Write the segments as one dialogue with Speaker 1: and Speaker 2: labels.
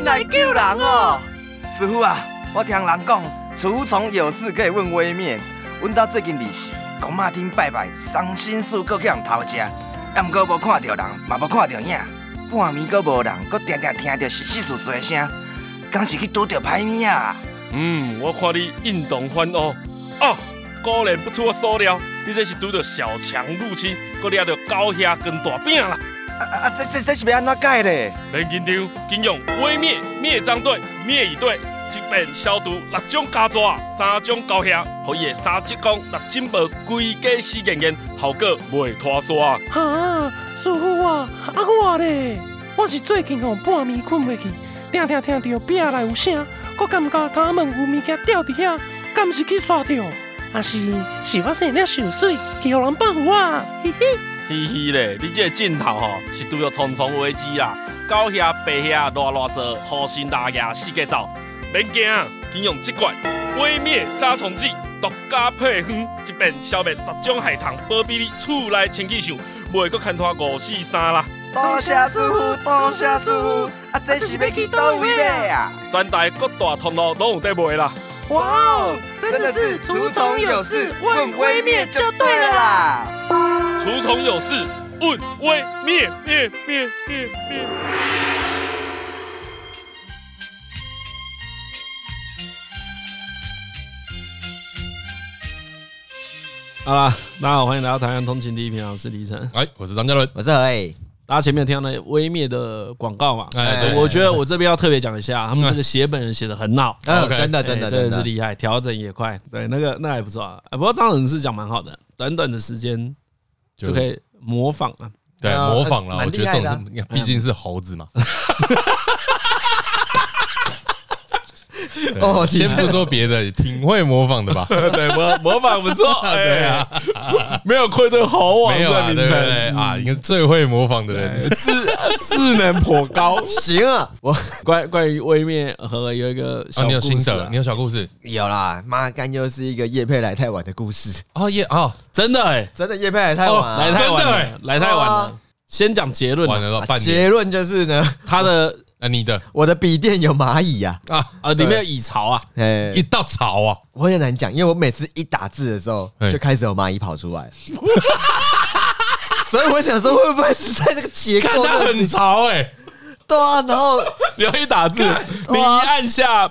Speaker 1: 啊人哦、师傅啊，我听人讲，除虫有事可以问微面。阮兜最近利是，公妈厅拜拜，伤心事搁去人偷食，啊，毋过无看到人，嘛无看到影，半暝搁无人，搁常常听到稀稀簌簌的声，敢是去拄着歹物啊？
Speaker 2: 嗯，我看你运动翻哦，哦，果然不出我所料，你这是拄着小强入侵，搁抓着狗虾跟大饼啦。
Speaker 1: 啊啊，这这这是要安怎解咧？
Speaker 2: 免紧张，警用微灭灭蟑队灭蚁队，一遍消毒六种家族，啊三种狗虾，互伊的三职工六进步，规家死严严，效果袂拖沙。啊
Speaker 3: 哈，师傅啊，啊我咧，我是最近吼半暝困袂去，定定听到壁内有声，搁感觉头毛有物件掉伫遐，敢是去刷着？啊是是我生了受水，去互人放虎啊，嘿嘿。
Speaker 2: 嘻嘻咧，你这个镜头吼是拄着重重危机啊啦，狗遐白遐乱乱说，虎心大牙四界走，免惊，警用即款毁灭杀虫剂独家配方，一遍消灭十种害虫，保庇你厝内清气秀，袂阁牵拖五四三啦。
Speaker 1: 多谢师傅，多谢师傅，啊，这是要去倒位买啊？
Speaker 2: 全台各大通路拢有得卖啦。
Speaker 3: 哇哦，
Speaker 1: 真的是除虫有事，问微面就对了啦。
Speaker 2: 除虫有事，问威灭灭灭灭 灭。
Speaker 4: 好啦，大家好，欢迎来到台湾通勤第一频道，我是李晨。
Speaker 5: 哎，我是张嘉伦。
Speaker 1: 我是何以，
Speaker 4: 大家前面有听到那微灭的广告嘛？
Speaker 5: 哎，对，
Speaker 4: 我觉得我这边要特别讲一下，他们这个写本人写的很好，
Speaker 1: 嗯，
Speaker 5: OK，
Speaker 1: 真的
Speaker 4: 哎
Speaker 1: 真的
Speaker 4: 真
Speaker 1: 真
Speaker 4: 的是
Speaker 1: 的，
Speaker 4: 厉害，调整也快。对，那个那还不错啊。啊不过张老师讲蛮好的，短短的时间就可以模仿 啊。
Speaker 5: 对
Speaker 1: 呃
Speaker 5: 模仿了。
Speaker 1: 蛮
Speaker 5: 我觉得
Speaker 1: 蛮
Speaker 5: 这
Speaker 1: 厉害的啊
Speaker 5: 种，你
Speaker 4: 嗯
Speaker 5: 看，毕竟是猴 子嘛。
Speaker 1: 哦你
Speaker 5: 先不说别的，挺会模 仿的吧？
Speaker 4: 对，模模仿不 错。
Speaker 5: 对啊，
Speaker 4: 没有愧对猴王
Speaker 5: 没有啊，
Speaker 4: 这名
Speaker 5: 对
Speaker 4: 嗯
Speaker 5: 不对
Speaker 4: 称，
Speaker 5: 啊？你看最会模仿的人，
Speaker 4: 智智能颇高。
Speaker 1: 行啊，我
Speaker 4: 关关于微面和有一个
Speaker 5: 啊，
Speaker 4: 小
Speaker 5: 你有
Speaker 4: 故
Speaker 5: 心
Speaker 4: 事
Speaker 5: 得，
Speaker 4: 啊
Speaker 5: 你，有小故事
Speaker 1: 有啦，妈干又是一个叶佩来太晚的故事，
Speaker 5: 哦耶哦，
Speaker 4: 真的哎，
Speaker 1: 真的叶佩来太晚、啊
Speaker 4: 来太晚
Speaker 5: 真的
Speaker 4: 了
Speaker 5: 欸，
Speaker 4: 来太晚
Speaker 1: 对
Speaker 4: 了。先讲结论啊，
Speaker 5: 晚了
Speaker 1: 啊
Speaker 5: 半年。
Speaker 1: 结论就是呢，
Speaker 4: 他的
Speaker 5: 啊，你的
Speaker 1: 我的笔电有蚂蚁呀、
Speaker 5: 啊，
Speaker 4: 呃里面有蚁巢啊，
Speaker 1: 啊，哎、
Speaker 5: 一道草啊，
Speaker 1: 我很难讲，因为我每次一打字的时候，
Speaker 5: 哎
Speaker 1: 就开始有蚂蚁跑出来， 所以我想说会不会是在那个结
Speaker 5: 看
Speaker 1: 构
Speaker 5: 它
Speaker 1: 那
Speaker 5: 很
Speaker 1: 里？
Speaker 5: 潮哎，
Speaker 1: 对啊，然后
Speaker 4: 欸你要一打字，你一按下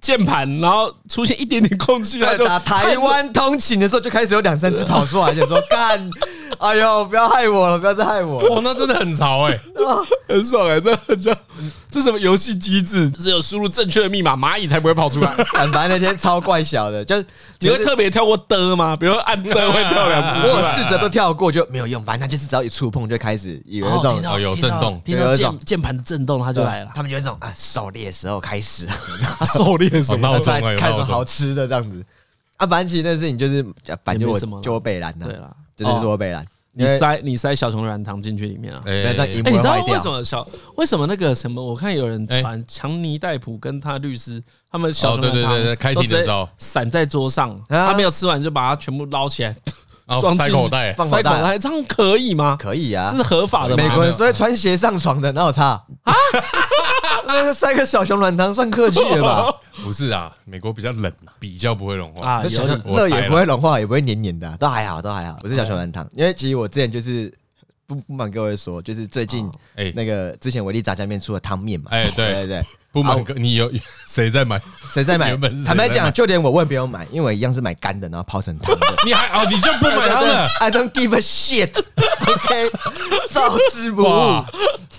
Speaker 4: 键盘，然后出现一点点空隙，它
Speaker 1: 在
Speaker 4: 就
Speaker 1: 打台湾通勤的时候，就开始有两三只跑出来，想说 干，哎呦，不要害我了，不要再害我了。
Speaker 5: 哇，哦那真的很潮 哎，
Speaker 4: 很爽哎，这很像这什么游戏机制？只有输入正确的密码，蚂蚁才不会跑出 来。
Speaker 1: 反正那天超怪小的，就是
Speaker 4: 你会特别跳过的吗？比如说按的 会跳两
Speaker 1: 我
Speaker 4: 次出
Speaker 1: 有
Speaker 4: 来。啊
Speaker 1: 试着都跳过就没有用，反正它就是只要一触碰就开始有一种
Speaker 4: 听到
Speaker 5: 哦，有震动，
Speaker 4: 听
Speaker 1: 有
Speaker 4: 到
Speaker 1: 一种
Speaker 4: 键键盘的震动，它就 来了。
Speaker 1: 他们有一种啊狩猎时候开始，
Speaker 4: 它狩猎
Speaker 5: 有
Speaker 4: 什么？
Speaker 5: 哦闹钟
Speaker 1: 在
Speaker 5: 啊，有
Speaker 1: 看什
Speaker 5: 闹
Speaker 1: 么好
Speaker 5: 钟，
Speaker 1: 吃的这样子。啊，反正其实那事情就是，啊反正
Speaker 4: 也
Speaker 1: 我
Speaker 4: 没什么啦
Speaker 1: 就我北兰呐
Speaker 4: 对，啦，
Speaker 1: 这就是
Speaker 4: 哦
Speaker 1: 我北兰。
Speaker 4: 你
Speaker 1: 因为
Speaker 4: 塞你塞小熊软糖进去里面啊。
Speaker 1: 那张
Speaker 5: 哎
Speaker 1: 荧，幕
Speaker 4: 哎、你知道
Speaker 1: 会坏
Speaker 4: 为
Speaker 1: 掉
Speaker 4: 什么小为什么那个什么？我看有人
Speaker 5: 哎
Speaker 4: 传强尼戴普跟他律师他们小
Speaker 5: 哦
Speaker 4: 熊
Speaker 5: 对对
Speaker 4: 软糖
Speaker 5: 对对开庭的
Speaker 4: 都直接
Speaker 5: 时候
Speaker 4: 散在桌上，
Speaker 1: 啊
Speaker 4: 他没有吃完就把它全部捞起来
Speaker 5: 哦
Speaker 4: 装进
Speaker 5: 塞
Speaker 4: 去
Speaker 5: 口袋，
Speaker 1: 放口
Speaker 4: 塞
Speaker 1: 袋
Speaker 4: 口袋，这样可以吗？
Speaker 1: 可以啊
Speaker 4: 这是？合法的
Speaker 1: 美
Speaker 4: 吗？
Speaker 1: 国人所以穿鞋上床的，哪有差啊？ 那个塞个小熊软糖算客气了吧？
Speaker 5: 不是啊，美国比较冷啊，比较不会融化
Speaker 4: 啊有
Speaker 5: 小
Speaker 4: 理
Speaker 5: 我
Speaker 1: 那
Speaker 5: 猜
Speaker 1: 也
Speaker 5: 了哎
Speaker 1: 不会融化，也不会黏黏的啊，都还好，都还好。不是小熊软糖，因为其实我之前就是不不瞒各位说，就是最近
Speaker 5: 哎
Speaker 1: 那个之前维力炸酱面出了汤面嘛，
Speaker 5: 哎对
Speaker 1: 对对，
Speaker 5: 不
Speaker 4: 啊
Speaker 5: 满哥，你有 谁在买？
Speaker 1: 谁在买
Speaker 5: 原本是？谁
Speaker 1: 坦白
Speaker 5: 在买
Speaker 1: 讲，就连我问别人买，因为我一样是买干的，然后泡成汤的。
Speaker 5: 你还哦，你就 不 买它了？
Speaker 1: I don't give a shit. OK，照吃不误
Speaker 5: 哇。，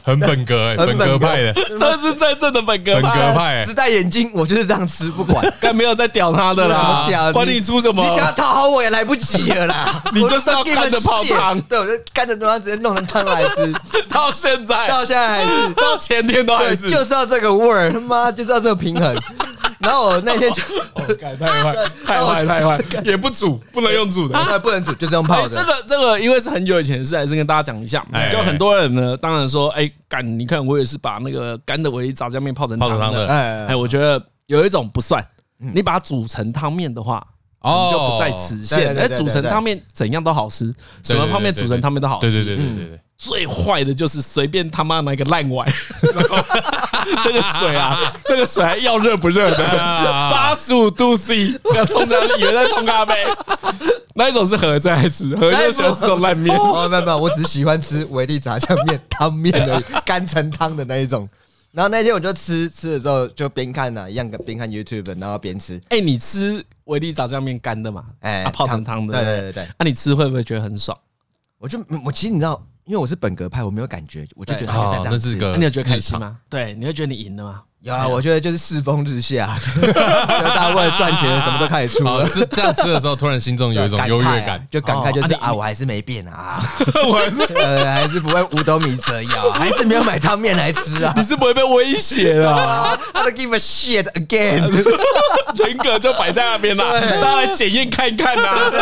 Speaker 5: 很本格哎，
Speaker 1: 很
Speaker 5: 本
Speaker 1: 本格
Speaker 5: 格派 的，
Speaker 4: 这是真正的本格
Speaker 5: 本格
Speaker 4: 派，
Speaker 5: 派
Speaker 1: 时代眼镜，我就是这样吃，不管。
Speaker 4: 该没有在屌他的
Speaker 1: 什么
Speaker 4: 啦，
Speaker 1: 屌
Speaker 4: 管你出什么！
Speaker 1: 你，想要讨好我也来不及了啦
Speaker 4: 你就是要
Speaker 1: 我 give a
Speaker 4: 干着泡
Speaker 1: shit
Speaker 4: 汤
Speaker 1: 对，我就干着泡汤直接弄成汤来吃，
Speaker 4: 到现在
Speaker 1: 到现在还 是，
Speaker 4: 到前天都还
Speaker 1: 对，
Speaker 4: 是，
Speaker 1: 就是要这个味儿，他妈就是要这个 平衡。然后我那天就
Speaker 4: 改太坏，哦太坏，太坏， 也不煮，不能用煮的。
Speaker 1: 不能煮，就是用
Speaker 4: 哎，
Speaker 1: 泡
Speaker 4: 这
Speaker 1: 的。
Speaker 4: 个这个，因为是很久以前的事，还是跟大家讲一下。
Speaker 5: 哎
Speaker 4: 就很多人呢，当然说，哎，干，你看我也是把那个干的维力炸酱面泡成
Speaker 5: 泡
Speaker 4: 汤
Speaker 5: 成汤
Speaker 4: 的。
Speaker 5: 的
Speaker 1: 哎
Speaker 4: 哎，我觉得有一种不算，你把它煮成汤面的话，
Speaker 5: 哦
Speaker 4: 你就不在此限。
Speaker 1: 对对对
Speaker 4: 哎，
Speaker 1: 对
Speaker 4: 煮成汤面怎样都好吃，什么泡面煮成汤面都好吃。嗯
Speaker 5: 对对对对对对，
Speaker 4: 最坏的就是随便他妈拿一个烂碗，然后这个水啊，这个水还要热不热的？八
Speaker 5: 啊
Speaker 4: 十五度 C，要冲咖喱，以为在冲咖啡，那一种是何在爱吃，何哎在喜欢吃这种烂面。
Speaker 1: 哦，没有没有，我只是喜欢吃维力炸酱面汤面而已，
Speaker 4: 哦
Speaker 1: 干成汤的那一种。然后那天我就吃吃的时候就边看啊，一样边看 YouTube，然后边吃。
Speaker 4: 哎，你吃维力炸酱面干的嘛？
Speaker 1: 哎
Speaker 4: 哎，泡成汤的。
Speaker 1: 汤对
Speaker 4: 不
Speaker 1: 对对对
Speaker 4: 那你吃会不会觉得很爽？
Speaker 1: 我就我其实你知道，因为我是本格派，我没有感觉，我就觉得他就在这
Speaker 5: 哦那是
Speaker 1: 样吃。
Speaker 5: 个，哎
Speaker 4: 那你有觉得开心吗？对，你会觉得你赢了吗？
Speaker 1: 有啊，我觉得就是世风日下， 就大家为了赚钱什么都开始出
Speaker 5: 啊，
Speaker 1: 了。
Speaker 5: 吃这样吃的时候，突然心中有一种优越
Speaker 1: 慨啊
Speaker 5: 感。
Speaker 1: 就感慨就是
Speaker 4: 哦啊你
Speaker 1: 啊，我还是没变啊，
Speaker 4: 我还是
Speaker 1: 呃，还是不会五斗米折 腰，还是没有买汤面来吃啊
Speaker 4: 你。是不会被威胁的 啊，
Speaker 1: 啊，I don't give a shit again。
Speaker 4: 人格就摆在那边啦，大家来检验看一看啊呐。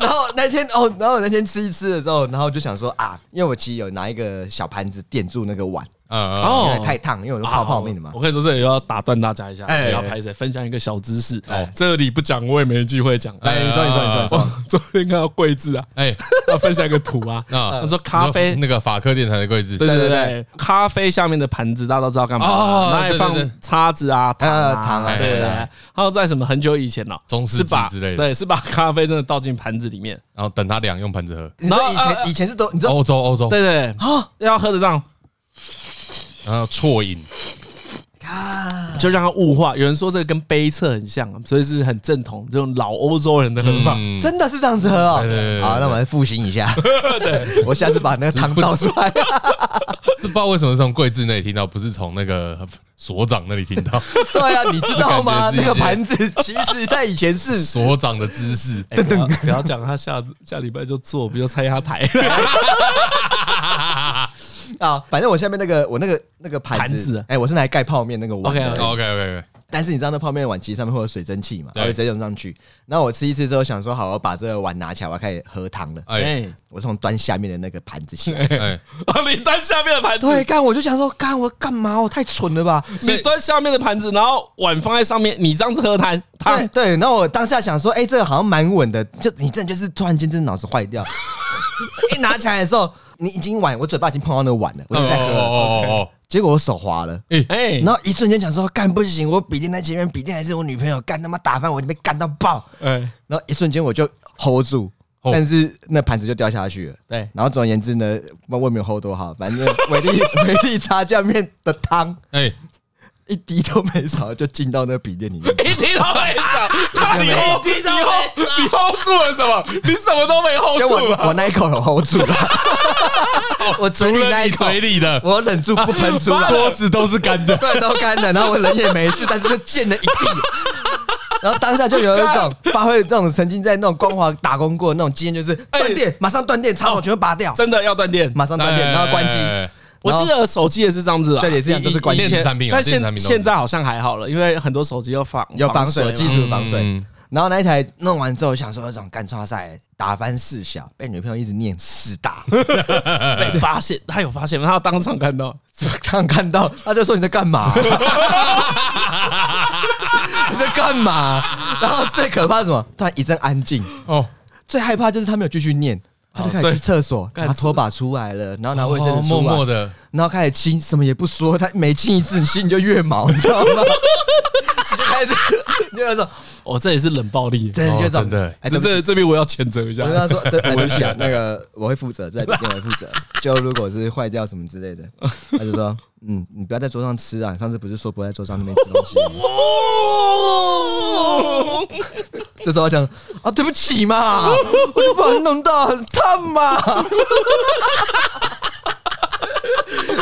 Speaker 1: 然后那天哦，然后我那天吃一吃的时候，然后就想说啊，因为我其实有拿一个小盘子垫住那个碗，
Speaker 5: 嗯嗯，
Speaker 1: 因
Speaker 4: 哦
Speaker 1: 为太烫，因为我是泡泡面的嘛
Speaker 4: 我。跟你说，这里又要打断大家一下，
Speaker 1: 哎
Speaker 4: 不要拍谁，分享一个小知识
Speaker 1: 哎。
Speaker 4: 这里不讲，我也没机会讲。哎
Speaker 1: 来，哎你说，你说，你说，你
Speaker 4: 我
Speaker 1: 说。
Speaker 4: 昨天看到桂枝啊，
Speaker 5: 哎，
Speaker 4: 要分享一个图啊。
Speaker 5: 那
Speaker 4: 他说咖啡
Speaker 5: 那个法科电台的柜子，
Speaker 4: 对对
Speaker 1: 哦对
Speaker 4: 对，咖啡下面的盘子大家都知道干嘛嘛，
Speaker 5: 哦
Speaker 4: 啊拿来放
Speaker 5: 对对对
Speaker 4: 叉子啊、
Speaker 5: 哦
Speaker 4: 糖
Speaker 1: 呃
Speaker 4: 啊、
Speaker 1: 糖
Speaker 4: 对
Speaker 1: 啊
Speaker 5: 哎
Speaker 1: 什
Speaker 4: 对
Speaker 1: 么的
Speaker 4: 对。还有在什么很久以前哦，
Speaker 5: 中世纪
Speaker 4: 是把
Speaker 5: 之类的
Speaker 4: 对，是把咖啡真的倒进盘子里面，
Speaker 5: 然后等它凉用盘子喝。
Speaker 1: 你说
Speaker 4: 然后
Speaker 1: 以
Speaker 4: 啊
Speaker 5: 呃
Speaker 1: 前以前是都，你知道
Speaker 5: 欧洲欧洲，
Speaker 4: 对对啊，要喝着这样
Speaker 5: 然后啜饮，
Speaker 4: 就让它雾化。有人说这个跟杯测很像，所以是很正统，这种老欧洲人的喝法。
Speaker 5: 嗯
Speaker 1: 真的是这样子喝哦
Speaker 5: 对对对对。
Speaker 1: 好，那我来复习 一下。我下次把那个汤倒出来。
Speaker 5: 这不知道为什么是从桂枝那里听到，不是从那个所长那里听 到。
Speaker 1: 对啊，你知道吗？
Speaker 5: 感觉是一
Speaker 1: 那
Speaker 5: 些
Speaker 1: 个盘子 其实在以前是
Speaker 5: 所长的知识，
Speaker 4: 哎不要不要讲他下下礼拜就做，不就拆他台？
Speaker 1: 啊，反正我下面那个我那个那个盘
Speaker 4: 盘子
Speaker 5: 啊
Speaker 1: 哎、我是拿来盖泡面那个碗的
Speaker 4: OK，OK
Speaker 5: OK OK OK，
Speaker 1: 但是你知道那泡面碗其实上面会有水蒸气嘛，
Speaker 5: 对
Speaker 1: 它会直接涌上去。然后我吃一次之后想说，好，我把这个碗拿起来，我要开始喝汤了。
Speaker 5: 哎
Speaker 4: 哎，
Speaker 1: 我从端下面的那个盘 子起来，
Speaker 5: 哎，
Speaker 4: 啊你端下面的盘子，
Speaker 1: 对，干我就想说，干我干嘛？我太蠢 了吧？
Speaker 5: 所以
Speaker 4: 你端下面的盘子，然后碗放在上面，你这样子喝汤
Speaker 1: 对
Speaker 5: 啊
Speaker 4: 汤。
Speaker 1: 对，然后我当下想说，哎、这个好像蛮稳的，就你真的就是突然间真的脑子坏 掉，一拿起来的时候，你已经碗，我嘴巴已经碰到那个碗了，我
Speaker 5: 哦
Speaker 1: 就在喝了，
Speaker 5: 哦哦
Speaker 1: 结果我手滑了。
Speaker 4: 哎，
Speaker 1: 然后一瞬间想说干不行，我笔电在前面，笔电还是我女朋友干他妈打翻我，被干到爆。
Speaker 4: 哎，
Speaker 1: 然后一瞬间我就 hold 住，
Speaker 5: 哦
Speaker 1: 但是那盘子就掉下去了。
Speaker 4: 对，
Speaker 1: 然后总而言之呢，我我也没有 hold 多好，反正 维力维力炸酱面的汤
Speaker 5: 哎哎，
Speaker 1: 一滴都没少，就进到那笔电里面。
Speaker 4: 一听到
Speaker 2: 哎
Speaker 4: 没少，那哎你后你后你 hold 住了什么？你什么都没 hold
Speaker 1: 就
Speaker 4: 住
Speaker 1: 我我
Speaker 4: 吧？
Speaker 1: 那一口有 hold 住 了，我嘴里那一口，
Speaker 5: 嘴里的
Speaker 1: 我忍住不 喷出来，
Speaker 5: 桌子都是干的，
Speaker 1: 对，都干了，然后我人也没事，但是就溅了一地。然后当下就有一种发挥这种曾经在那种光华打工过的那种经验，就是
Speaker 4: 哎
Speaker 1: 断电，马上断电，插头全部 拔掉，
Speaker 4: 真的要断电。
Speaker 1: 马上断电，
Speaker 5: 哎
Speaker 1: 然后关机。
Speaker 5: 哎
Speaker 4: 我记得手机也是这样子啊，
Speaker 1: 对也是一样都是关
Speaker 5: 电子产品啊
Speaker 4: 但
Speaker 5: 电子
Speaker 4: 现
Speaker 5: 产品都是
Speaker 4: 现在好像还好了，因为很多手机要防
Speaker 1: 有防水，有基
Speaker 4: 嘛
Speaker 1: 础防水
Speaker 5: 嗯。
Speaker 1: 然后那一台弄完之后，想说有种干叉赛打翻四小，被女朋友一直念四大，
Speaker 4: 被发现，他有发现吗？他当场看到，
Speaker 1: 这样看到他就说你在干嘛？ 你在干嘛？然后最可怕是什么？突然一阵安静，
Speaker 5: 哦，
Speaker 1: 最害怕就是他没有继续念，他就开始去厕所
Speaker 4: 干
Speaker 1: 拿拖把出来了，然后拿卫生纸出
Speaker 5: 默
Speaker 1: 来
Speaker 5: 默，的，
Speaker 1: 然后开始亲，什么也不说，他每亲一次，你心里就越毛，你知道吗？你就开始，你就有一种，
Speaker 4: 哦，这也是冷暴力。
Speaker 1: 真的就有一
Speaker 5: 哦
Speaker 1: 种
Speaker 5: 真的
Speaker 1: 哎，
Speaker 4: 这
Speaker 1: 对不起
Speaker 4: 这这边我要谴责一下
Speaker 1: 我就跟， 他说，对，哎对不起啊，那个我会负责，这边我会负责。就如果是坏掉什么之类的，他就说，嗯，你不要在桌上吃啊，你上次不是说不要在桌上那边吃东西吗？
Speaker 4: 哦
Speaker 1: 这时候我讲啊，对不起嘛，我就把你弄到很烫嘛。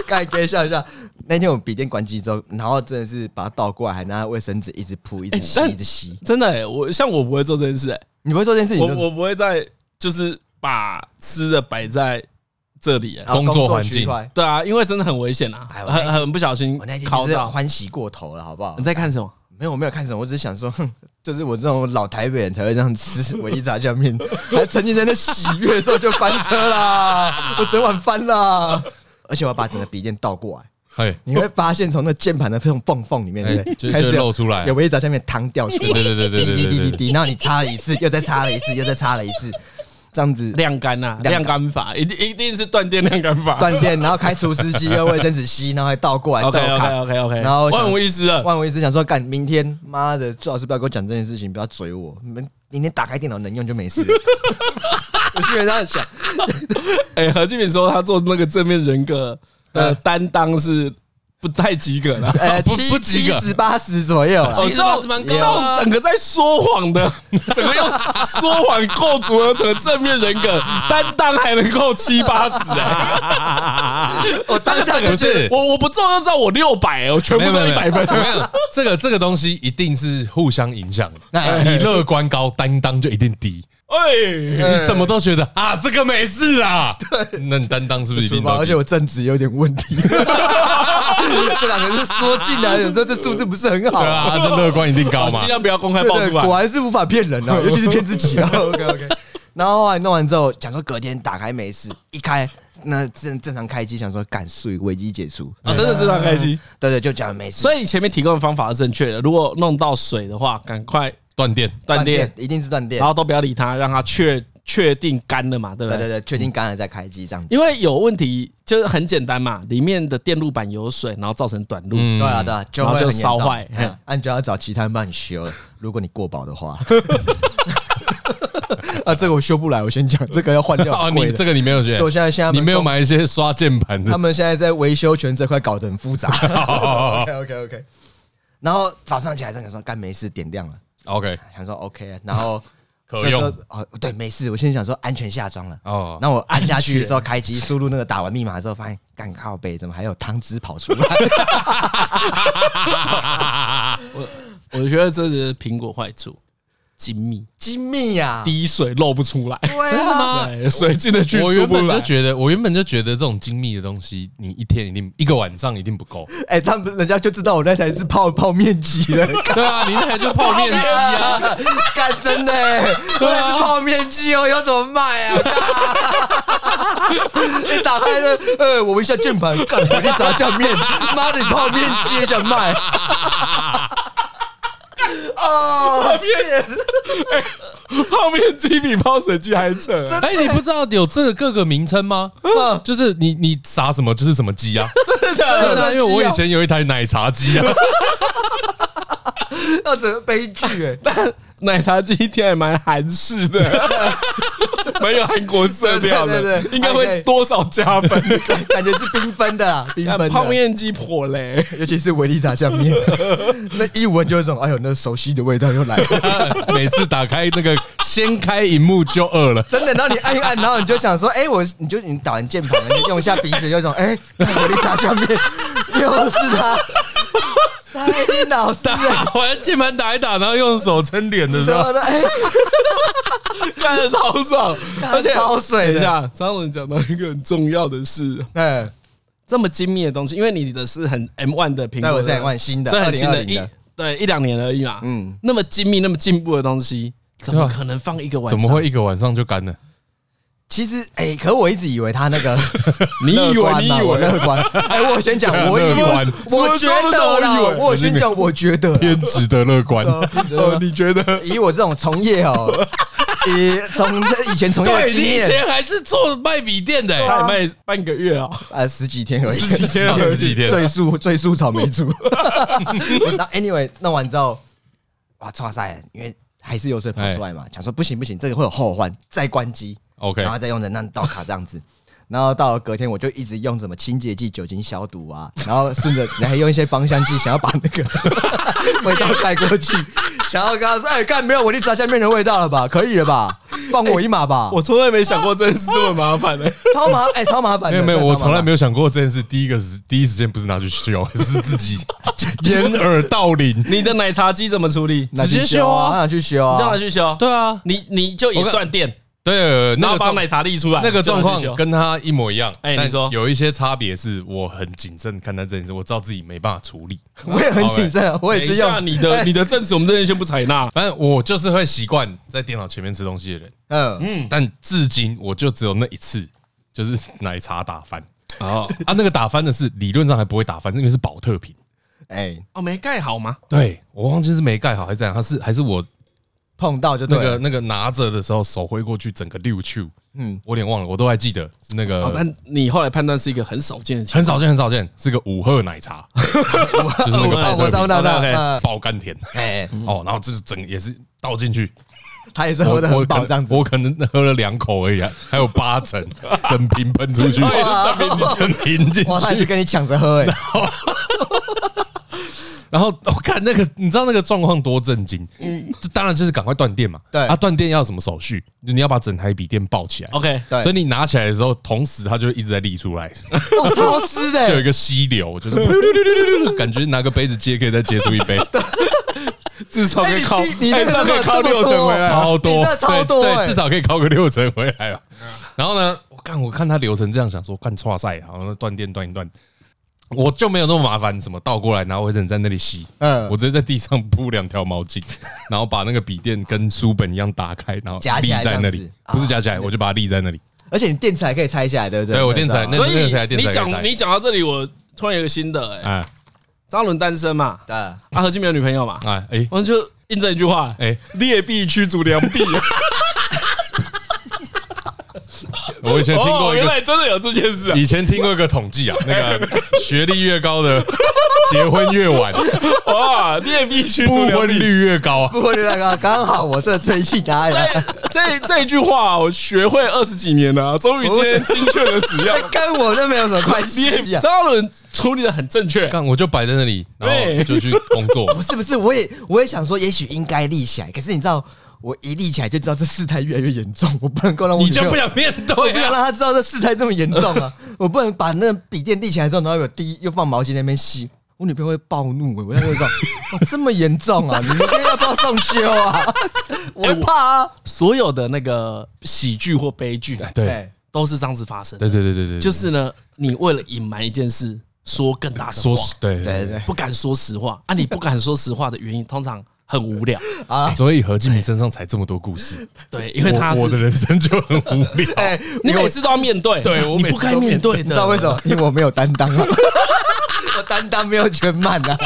Speaker 1: 该可以笑一下。那天我笔电关机之后，然后真的是把它倒过来，还拿卫生纸一直铺，一直吸，
Speaker 4: 哎但
Speaker 1: 一直吸。
Speaker 4: 真的欸，我像我不会做这件事，欸
Speaker 1: 你不会做这件事情
Speaker 4: 我
Speaker 1: 你就，
Speaker 4: 我不会在就是把吃的摆在这里，欸
Speaker 1: 然后
Speaker 5: 工作
Speaker 1: 作
Speaker 5: 环
Speaker 1: 区
Speaker 5: 境
Speaker 1: 块。
Speaker 4: 对啊，因为真的很危险啊，
Speaker 1: 哎我那
Speaker 4: 很很不小心
Speaker 1: 我那天
Speaker 4: 考
Speaker 1: 就是
Speaker 4: 到。
Speaker 1: 欢喜过头了，好不好
Speaker 4: 你？在看什么？
Speaker 1: 没有，我没有看什么，我只是想说， 哼，就是我这种老台北人才会这样吃维力炸酱面， 还沉浸在那喜悦的时候就翻车啦，我整碗翻啦，而且我把整个笔电倒过来，
Speaker 5: 哎，
Speaker 1: 你会发现从那键盘的那种缝缝里面，
Speaker 5: 哎
Speaker 1: 对不
Speaker 5: 就
Speaker 1: 对，开始
Speaker 5: 就
Speaker 1: 有
Speaker 5: 露出来
Speaker 1: 有维力炸酱面汤掉出来，
Speaker 5: 对对对对对对
Speaker 1: 滴滴滴
Speaker 5: 对
Speaker 1: 滴滴，然后你擦了一次，又再擦了一次，又再擦了一次，这样子
Speaker 4: 晾干呐，
Speaker 1: 晾干
Speaker 4: 晾干法一定一定是断电晾干法。
Speaker 1: 断电，然后开除湿机，用卫生纸吸，然后还倒过来倒
Speaker 4: OK OK
Speaker 1: 卡。
Speaker 4: OK OK，
Speaker 1: 然后我想
Speaker 4: 万无一失了。
Speaker 1: 万我一直想说，干明天，妈的，最好是不要跟我讲这件事情，不要嘴我。你们明天打开电脑能用就没事。我基本上想，
Speaker 4: 哎、何敬敏说他做那个正面人格
Speaker 1: 嗯
Speaker 4: 的担当是不太及格 的。
Speaker 1: 呃，
Speaker 5: 不
Speaker 1: 七
Speaker 5: 不
Speaker 1: 七
Speaker 5: 及格
Speaker 1: 十八十左右啦。
Speaker 5: 哦其实八十蛮高的啊
Speaker 4: 这种整个在说谎 的，整个用说谎构筑而成的正面人格，担当还能够七八十哎！
Speaker 1: 我当下就
Speaker 5: 不
Speaker 1: 觉得，
Speaker 5: 是
Speaker 4: 我我不中就知道我六百、我全部
Speaker 5: 没有没
Speaker 4: 都
Speaker 5: 有
Speaker 4: 一
Speaker 5: 没有
Speaker 4: 百分。
Speaker 5: 我跟你讲这个这个东西一定是互相影响的。
Speaker 1: 那
Speaker 5: 你乐观高，担当就一定低。
Speaker 4: 哎，
Speaker 5: 你什么都觉得啊，这个没事啊。对，那你担当是不是一定
Speaker 1: 吧，
Speaker 5: 高
Speaker 1: 而且我正职有点问题。 这两个是说进来，有时候这数字不是很好
Speaker 5: 对。啊，这乐观一定高
Speaker 4: 我
Speaker 5: 嘛
Speaker 4: 尽。量不要公开
Speaker 1: 对
Speaker 4: 爆
Speaker 1: 对，
Speaker 4: 出
Speaker 1: 果
Speaker 4: 来。
Speaker 1: 然是无法骗人啊，尤其是骗自己啊。OK OK。然 后后来弄完之后，想说隔天打开没事，一开那正正常开机，想说赶水危机解除。
Speaker 4: 啊，真的真的很开心。
Speaker 1: 对对，就讲没事。
Speaker 4: 所以你前面提供的方法是正确的，如果弄到水的话，赶快
Speaker 5: 断电，
Speaker 4: 断电，
Speaker 1: 一定是断电
Speaker 4: 然。后都不要理它，让它确确定干了嘛，对不
Speaker 1: 对
Speaker 4: 对
Speaker 1: 对？对，确定感染再开机这样子。
Speaker 4: 因为有问题就是很简单嘛，里面的电路板有水，然后造成短路。
Speaker 5: 嗯
Speaker 1: 对啊对啊，就
Speaker 4: 然后
Speaker 1: 会
Speaker 4: 就
Speaker 1: 很严
Speaker 4: 烧
Speaker 1: 重
Speaker 4: 坏嘿
Speaker 1: 嗯啊，你就要找其他人帮你修了。如果你过保的话， 啊，这个我修不来，我先讲，这个要换掉
Speaker 5: 哦，
Speaker 1: 很
Speaker 5: 你
Speaker 1: 贵的。
Speaker 5: 这个你没有觉
Speaker 1: 所以我
Speaker 5: 得，
Speaker 1: 现在现在
Speaker 5: 你没有
Speaker 1: 买。
Speaker 5: 买一些刷键盘
Speaker 1: 他
Speaker 5: 的，
Speaker 1: 们现在在维修权这块搞得很复杂。OK
Speaker 5: 哦
Speaker 1: OK OK。然后早上起来，真的说干没事，点亮了，
Speaker 5: OK，
Speaker 1: 想说 OK，然啊后
Speaker 5: 可
Speaker 1: 这时候
Speaker 5: 用
Speaker 1: 哦，对，没事，我现在想说安全下装了。
Speaker 5: 哦。
Speaker 1: 那我按下去 的时候，开机输入那个打完密码之后，发现干靠背怎么还有汤汁跑 出来？
Speaker 4: 我觉得这是苹果坏处，精密，
Speaker 1: 精密呀、啊！
Speaker 4: 滴水漏不出来，
Speaker 1: 对啊，
Speaker 4: 对，水进得去
Speaker 5: 我
Speaker 4: 出
Speaker 5: 原
Speaker 4: 不
Speaker 5: 本就
Speaker 4: 来。
Speaker 5: 觉得，我原本就觉得这种精密的东西，你一天一定一个晚上一定不够。
Speaker 1: 哎、他们人家就知道我那台是泡泡面机了。
Speaker 5: 对啊，你那台就泡面 机啊，
Speaker 1: 干 干真的、欸，我那是泡面机哦，要怎么卖 啊？你、打开了，呃，我一下键盘，干火力炸酱面，妈的，你泡面机也想卖？ 哦，
Speaker 4: 泡面机比泡水机还扯，
Speaker 5: 哎，你不知道有这个各个名称吗？就是你你撒什么就是什么鸡啊，
Speaker 4: 嗯 真的假
Speaker 5: 真的
Speaker 4: 的？
Speaker 5: 啊，因为我以前有一台奶茶机啊，
Speaker 1: 那整个悲剧哎、
Speaker 4: 奶茶机一天还蛮韩式的， 蛮有韩国色调
Speaker 1: 对对
Speaker 4: 的
Speaker 1: 对，对
Speaker 4: 应该会多少加 分？哎
Speaker 1: 感觉是缤纷的啦，缤纷
Speaker 4: 泡
Speaker 1: 的，
Speaker 4: 面机破 嘞，
Speaker 1: 尤其是维力炸酱 面，那一闻就有一种，哎呦，那熟悉的味道又来了。
Speaker 5: 每次打开那个先开荧幕就饿了。
Speaker 1: 真的，然后你按一按，然后你就想说，哎、我你就你打完键盘，你就用一下鼻子，就有种哎，我的炸酱面又是他，塞电脑是，
Speaker 5: 打完键盘打一打，然后用手撑脸的
Speaker 1: 怎
Speaker 5: 时
Speaker 1: 么
Speaker 5: 候，
Speaker 1: 的？哎、
Speaker 4: 干的超爽，而且
Speaker 1: 超水
Speaker 4: 等一
Speaker 1: 的，
Speaker 4: 下，张总讲到一个很重要的事，
Speaker 1: 嗯，
Speaker 4: 这么精密的东西，因为你的是很 M one 的苹
Speaker 1: 那
Speaker 4: 果
Speaker 1: 我
Speaker 4: 的，
Speaker 1: 是很万新的，
Speaker 4: 所以
Speaker 1: 二
Speaker 4: 很新
Speaker 1: 零二
Speaker 4: 的，
Speaker 1: 零
Speaker 4: 一
Speaker 1: 的，
Speaker 4: 对一两年而已嘛。
Speaker 1: 嗯，
Speaker 4: 那么精密、那么进步的东西，怎啊么可能放一个晚
Speaker 5: 怎
Speaker 4: 上？
Speaker 5: 么会？一个晚上就干 了？
Speaker 1: 其实哎、可我一直以为他那个
Speaker 4: 你以为
Speaker 1: 乐观
Speaker 4: 你
Speaker 1: 啊
Speaker 4: 以
Speaker 1: 我
Speaker 4: 为
Speaker 1: 乐观，哎、我先讲，我以
Speaker 5: 乐观
Speaker 1: 为，我觉得啦，我先讲，我觉得啦，
Speaker 4: 啊
Speaker 5: 偏值得乐观。
Speaker 4: 哦
Speaker 1: 呃，你觉得？以我这种从业哦，以从以前从业的
Speaker 5: 对
Speaker 1: 经
Speaker 5: 你以
Speaker 1: 验，
Speaker 5: 前还是做卖笔电的、欸，
Speaker 4: 大概卖半个月啊、
Speaker 1: 呃，十几天而已，
Speaker 5: 十几天 而已十几天
Speaker 1: 赘述赘述草莓族。 我想，anyway，弄完之后，哇，哇塞，因为还是有水跑出来嘛，想说不行不行，这个会有后患，再关机，
Speaker 5: 哎
Speaker 4: 啊
Speaker 5: OK，
Speaker 1: 然后再用人让倒卡这样子。然后到了隔天，我就一直用什么清洁剂、酒精消毒啊，然后顺着你还用一些芳香剂，想要把 那个味道盖过去，想要跟他说：“哎，干没有我的炸酱面的味道了吧？可以了吧？放我一马
Speaker 5: 哎
Speaker 1: 吧！”
Speaker 4: 我从来没想过这件事这么麻烦的、
Speaker 1: 超麻哎，超麻 烦
Speaker 5: 没
Speaker 1: 的。
Speaker 5: 有没有，
Speaker 1: 真的
Speaker 5: 我
Speaker 1: 超麻
Speaker 5: 从
Speaker 1: 烦
Speaker 5: 来没有想过这件事。第一个是第一时间不是拿 去修，是自己掩耳盗铃。
Speaker 4: 你的奶茶机怎么处理？你
Speaker 1: 那去
Speaker 5: 直接修啊
Speaker 1: 啊，那去修啊，
Speaker 4: 让它去修？
Speaker 5: 对啊，
Speaker 4: 你你就也
Speaker 5: 我看
Speaker 4: 断电，
Speaker 5: 对，
Speaker 4: 然
Speaker 5: 那
Speaker 4: 后
Speaker 5: 个
Speaker 4: 把
Speaker 5: 状
Speaker 4: 奶茶沥出来，
Speaker 5: 那个
Speaker 4: 就让
Speaker 5: 状况
Speaker 4: 它去修
Speaker 5: 跟他一模一样。
Speaker 4: 哎你
Speaker 5: 但
Speaker 4: 说
Speaker 5: 有一些差别是我很谨慎看待这件事，我知道自己没办法处理。
Speaker 1: 我也很谨慎，我也
Speaker 4: 等一
Speaker 1: 是
Speaker 4: 下，
Speaker 1: 用哎
Speaker 4: 你的你的证词我们这边先不采纳。
Speaker 5: 反正我就是会习惯在电脑前面吃东西的人，
Speaker 1: 嗯，
Speaker 5: 嗯，但至今我就只有那一次，就是奶茶打翻。哦，啊，那个打翻的是理论上还不会打翻，因为是保特瓶。
Speaker 1: 哎，
Speaker 4: 哦，没盖好吗？
Speaker 5: 对我忘记是没盖好还是怎样，它是还是我
Speaker 1: 碰到就对
Speaker 5: 那个
Speaker 1: 了。
Speaker 5: 那个拿着的时候手挥过去，整个溜去，
Speaker 1: 嗯，
Speaker 5: 我有点忘了，我都还记得是那
Speaker 4: 哦，
Speaker 5: 个
Speaker 4: 但你后来判断是一个很少见的情
Speaker 5: 很
Speaker 4: 况，
Speaker 5: 少见很少见，是个五鹤奶茶，就是那个
Speaker 1: 哦
Speaker 5: 白色
Speaker 1: 我懂
Speaker 5: 的
Speaker 1: 我懂我懂
Speaker 5: 对对对
Speaker 1: 嗯
Speaker 5: 爆甘甜
Speaker 1: 哎，
Speaker 5: 哦，然后这是整个也是倒进去，
Speaker 1: 他也是
Speaker 5: 我
Speaker 1: 喝的很
Speaker 5: 我
Speaker 1: 饱
Speaker 5: 可
Speaker 1: 这样子。
Speaker 5: 我可能喝了两口而已啊，还有八成，整瓶喷出去，
Speaker 1: 哇
Speaker 5: 整瓶进
Speaker 1: 哇，他也是
Speaker 5: 去。
Speaker 1: 跟你抢着喝哎、
Speaker 5: 然后我看那个，你知道那个状况多震惊？嗯，当然就是赶快断电嘛。
Speaker 1: 对
Speaker 5: 啊，断电要什么手续？就你要把整台笔电抱起来。
Speaker 4: OK，
Speaker 1: 对
Speaker 5: 所以你拿起来的时候，同时它就会一直在沥出来，
Speaker 1: 我超湿的、
Speaker 5: 就有
Speaker 1: 欸
Speaker 5: 一，个溪流，就是噗噜噜噜噜噜感觉拿个杯子接可以再接出一杯，
Speaker 4: 至少可以靠，
Speaker 1: 哎你你那
Speaker 4: 哎
Speaker 1: 个
Speaker 4: 至少可以靠
Speaker 1: 这
Speaker 4: 六
Speaker 1: 么多
Speaker 4: 成回来。
Speaker 5: 超多，
Speaker 1: 啊你这超多
Speaker 5: 对，对
Speaker 1: 欸嗯
Speaker 5: 至少可以考个六成回来啊。然后呢，我看我看它流程这样，想说干错赛，好像断电断一断，我就没有那么麻烦，什么倒过来拿卫生纸在那里洗，
Speaker 1: 嗯
Speaker 5: 我直接在地上铺两条毛巾，然后把那个笔电跟书本一样打开，然后
Speaker 1: 夹
Speaker 5: 立
Speaker 1: 起来
Speaker 5: 在那
Speaker 1: 这样
Speaker 5: 里
Speaker 1: 子，啊
Speaker 5: 不是夹起来，我就把它立在那里。
Speaker 1: 而且你电池还可以拆下来，对不对？
Speaker 5: 对我电池还
Speaker 1: 那
Speaker 5: 那
Speaker 1: 时
Speaker 4: 所以
Speaker 5: 那个才电
Speaker 4: 你
Speaker 5: 才可以
Speaker 4: 讲
Speaker 5: 塞
Speaker 4: 你讲到这里，我突然有个新的哎、
Speaker 5: 哎
Speaker 4: 张伦单身嘛，
Speaker 1: 候啊
Speaker 4: 阿何进没有女朋友嘛，
Speaker 5: 哎哎
Speaker 4: 我就印证一句话，
Speaker 5: 哎，
Speaker 4: 劣币驱逐良 币。
Speaker 5: 我以前听
Speaker 4: 哦，
Speaker 5: 过一
Speaker 4: 原
Speaker 5: 个
Speaker 4: 来真的有这件事啊！
Speaker 5: 以前听过一个统计啊，那个学历越高的结婚 越晚，
Speaker 4: 哇，劣币驱
Speaker 5: 不
Speaker 4: 逐良
Speaker 5: 婚
Speaker 4: 币。
Speaker 5: 率越高啊。
Speaker 1: 不过就那个刚好我这最近拿来，
Speaker 4: 这这一句话我学会二十几年了、终于今天精确的使用。
Speaker 1: 那跟 我这没有什么关系啊。
Speaker 4: 张伦处理的很正确，
Speaker 5: 干我就摆在那里，然后
Speaker 4: 对
Speaker 5: 就去工 作。
Speaker 1: 不是不是，我也我也想说，也许应该立起来，可是你知道，我一立起来就知道这事态越来越严重，我不能够让我
Speaker 4: 你
Speaker 1: 女朋
Speaker 4: 就
Speaker 1: 友
Speaker 4: 不想面
Speaker 1: 我
Speaker 4: 对
Speaker 1: 不想
Speaker 4: 啊？
Speaker 1: 让他知道这事态这么严重 啊！我不能把那个笔电立起来之后，然后有滴又放毛巾在那边吸，我女朋友会暴怒、欸。我在那种， 哦，这么严重啊！你们今天要不要送修 啊？我会怕啊！
Speaker 4: 所有的那个喜剧或悲剧，啊
Speaker 5: 对
Speaker 1: 对，
Speaker 4: 都是这样子发生的。
Speaker 5: 对对对对对，
Speaker 4: 就是是呢，你为了隐瞒一件事，说更大的
Speaker 5: 说
Speaker 4: 谎
Speaker 5: 实，对
Speaker 1: 对对对
Speaker 4: 不敢说实话啊！你不敢说实话的原因，通常很无聊，
Speaker 1: 啊！
Speaker 5: 所以何敬明身上才这么多故事，
Speaker 4: 对，因为他
Speaker 5: 我我的
Speaker 4: 是
Speaker 5: 人生就很无
Speaker 1: 哎
Speaker 5: 聊。
Speaker 4: 你每次都要面对，
Speaker 5: 对我
Speaker 4: 你
Speaker 5: 每次
Speaker 4: 不
Speaker 5: 都
Speaker 4: 该面对的，
Speaker 1: 你知道为什么？ 因为我没有担当啊！ 我担当没有全满 啊！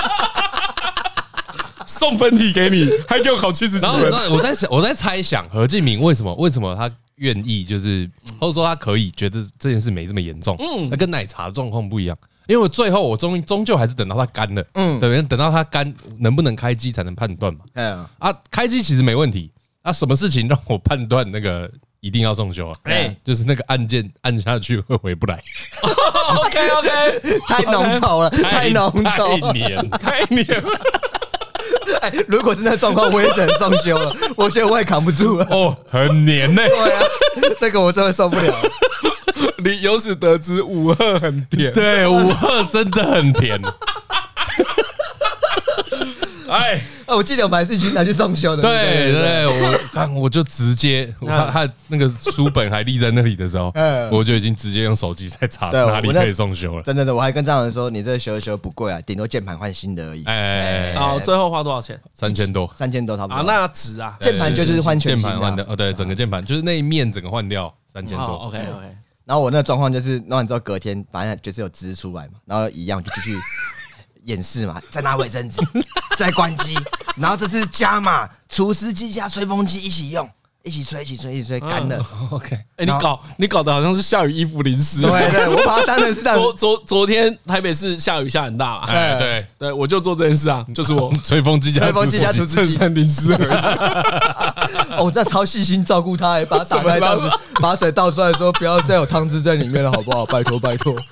Speaker 4: 送分题给你，还给我考七十
Speaker 5: 然后那我在想，我在猜想何敬明为什么为什么他愿意，就是或者说他可以觉得这件事没这么严重，嗯，那跟奶茶的状况不一样。因为我最后我终终究还是等到它干了，嗯，
Speaker 1: 嗯
Speaker 5: 等等到它干能不能开机才能判断嘛。
Speaker 1: 嗯，
Speaker 5: 啊，开机其实没问题。啊，什么事情让我判断那个一定要送修啊？哎
Speaker 4: 哎，
Speaker 5: 就是那个按键按下去会回不来，
Speaker 4: ？OK OK，
Speaker 1: 太浓稠了，太浓稠
Speaker 5: 太
Speaker 1: 了。
Speaker 5: 黏。
Speaker 4: 太黏了，
Speaker 1: 哎，如果是那状况，我也只能送修了。我觉得我也扛不住了。
Speaker 5: 哦，很黏欸呢、
Speaker 1: 对 啊，这个我真的受不了。
Speaker 4: 你由此得知五二很甜。
Speaker 5: 对，五二真的很甜。
Speaker 4: 哎，
Speaker 1: 啊，我记得我们还是一起拿去送修的。
Speaker 5: 对对，我看我就直接，我看他那个书本还立在那里的时候，
Speaker 1: 嗯
Speaker 5: 我就已经直接用手机在查
Speaker 1: 对
Speaker 5: 哪里
Speaker 1: 我那
Speaker 5: 可以送修了。
Speaker 1: 真的，真的，我还跟张伦说，你这修一修不贵啊，顶多键盘换新的而已，
Speaker 5: 哎，
Speaker 4: 好，最后花多少钱
Speaker 5: 三千多
Speaker 1: 三千多差不多。
Speaker 4: 啊？那值啊，
Speaker 1: 键盘就是换全
Speaker 5: 键
Speaker 1: 新
Speaker 5: 盘换掉
Speaker 1: 的。啊
Speaker 5: 哦，对，整个键盘就是那一面整个换掉三千
Speaker 4: 好
Speaker 1: 哦
Speaker 5: 多。
Speaker 4: 哦 OK OK，
Speaker 1: 然后我那个状况就是弄完之后，隔天反正就是有汁出来嘛，然后一样就继续演示嘛，再拿卫 生纸，再关机，然后这次加码除湿机加吹风机一起用，一起吹，一起吹，一起吹，干
Speaker 5: 哦
Speaker 1: 了。
Speaker 5: OK，
Speaker 4: 嗯哎，你搞你搞得好像是下雨衣服淋湿。
Speaker 1: 对对， 我把它当成是这样。
Speaker 4: 昨昨昨天台北市下雨下很大嘛，
Speaker 5: 哎，对，
Speaker 4: 对我就做这件事啊，就是 我
Speaker 5: 吹风机加
Speaker 1: 嗯吹风机加除湿机，
Speaker 4: 淋湿而
Speaker 1: 哦，我真的超细心照顾它，哎把它打开这样子， 把水倒出来，说不要再有汤汁在里面了，好不好？拜托拜托。
Speaker 4: 已。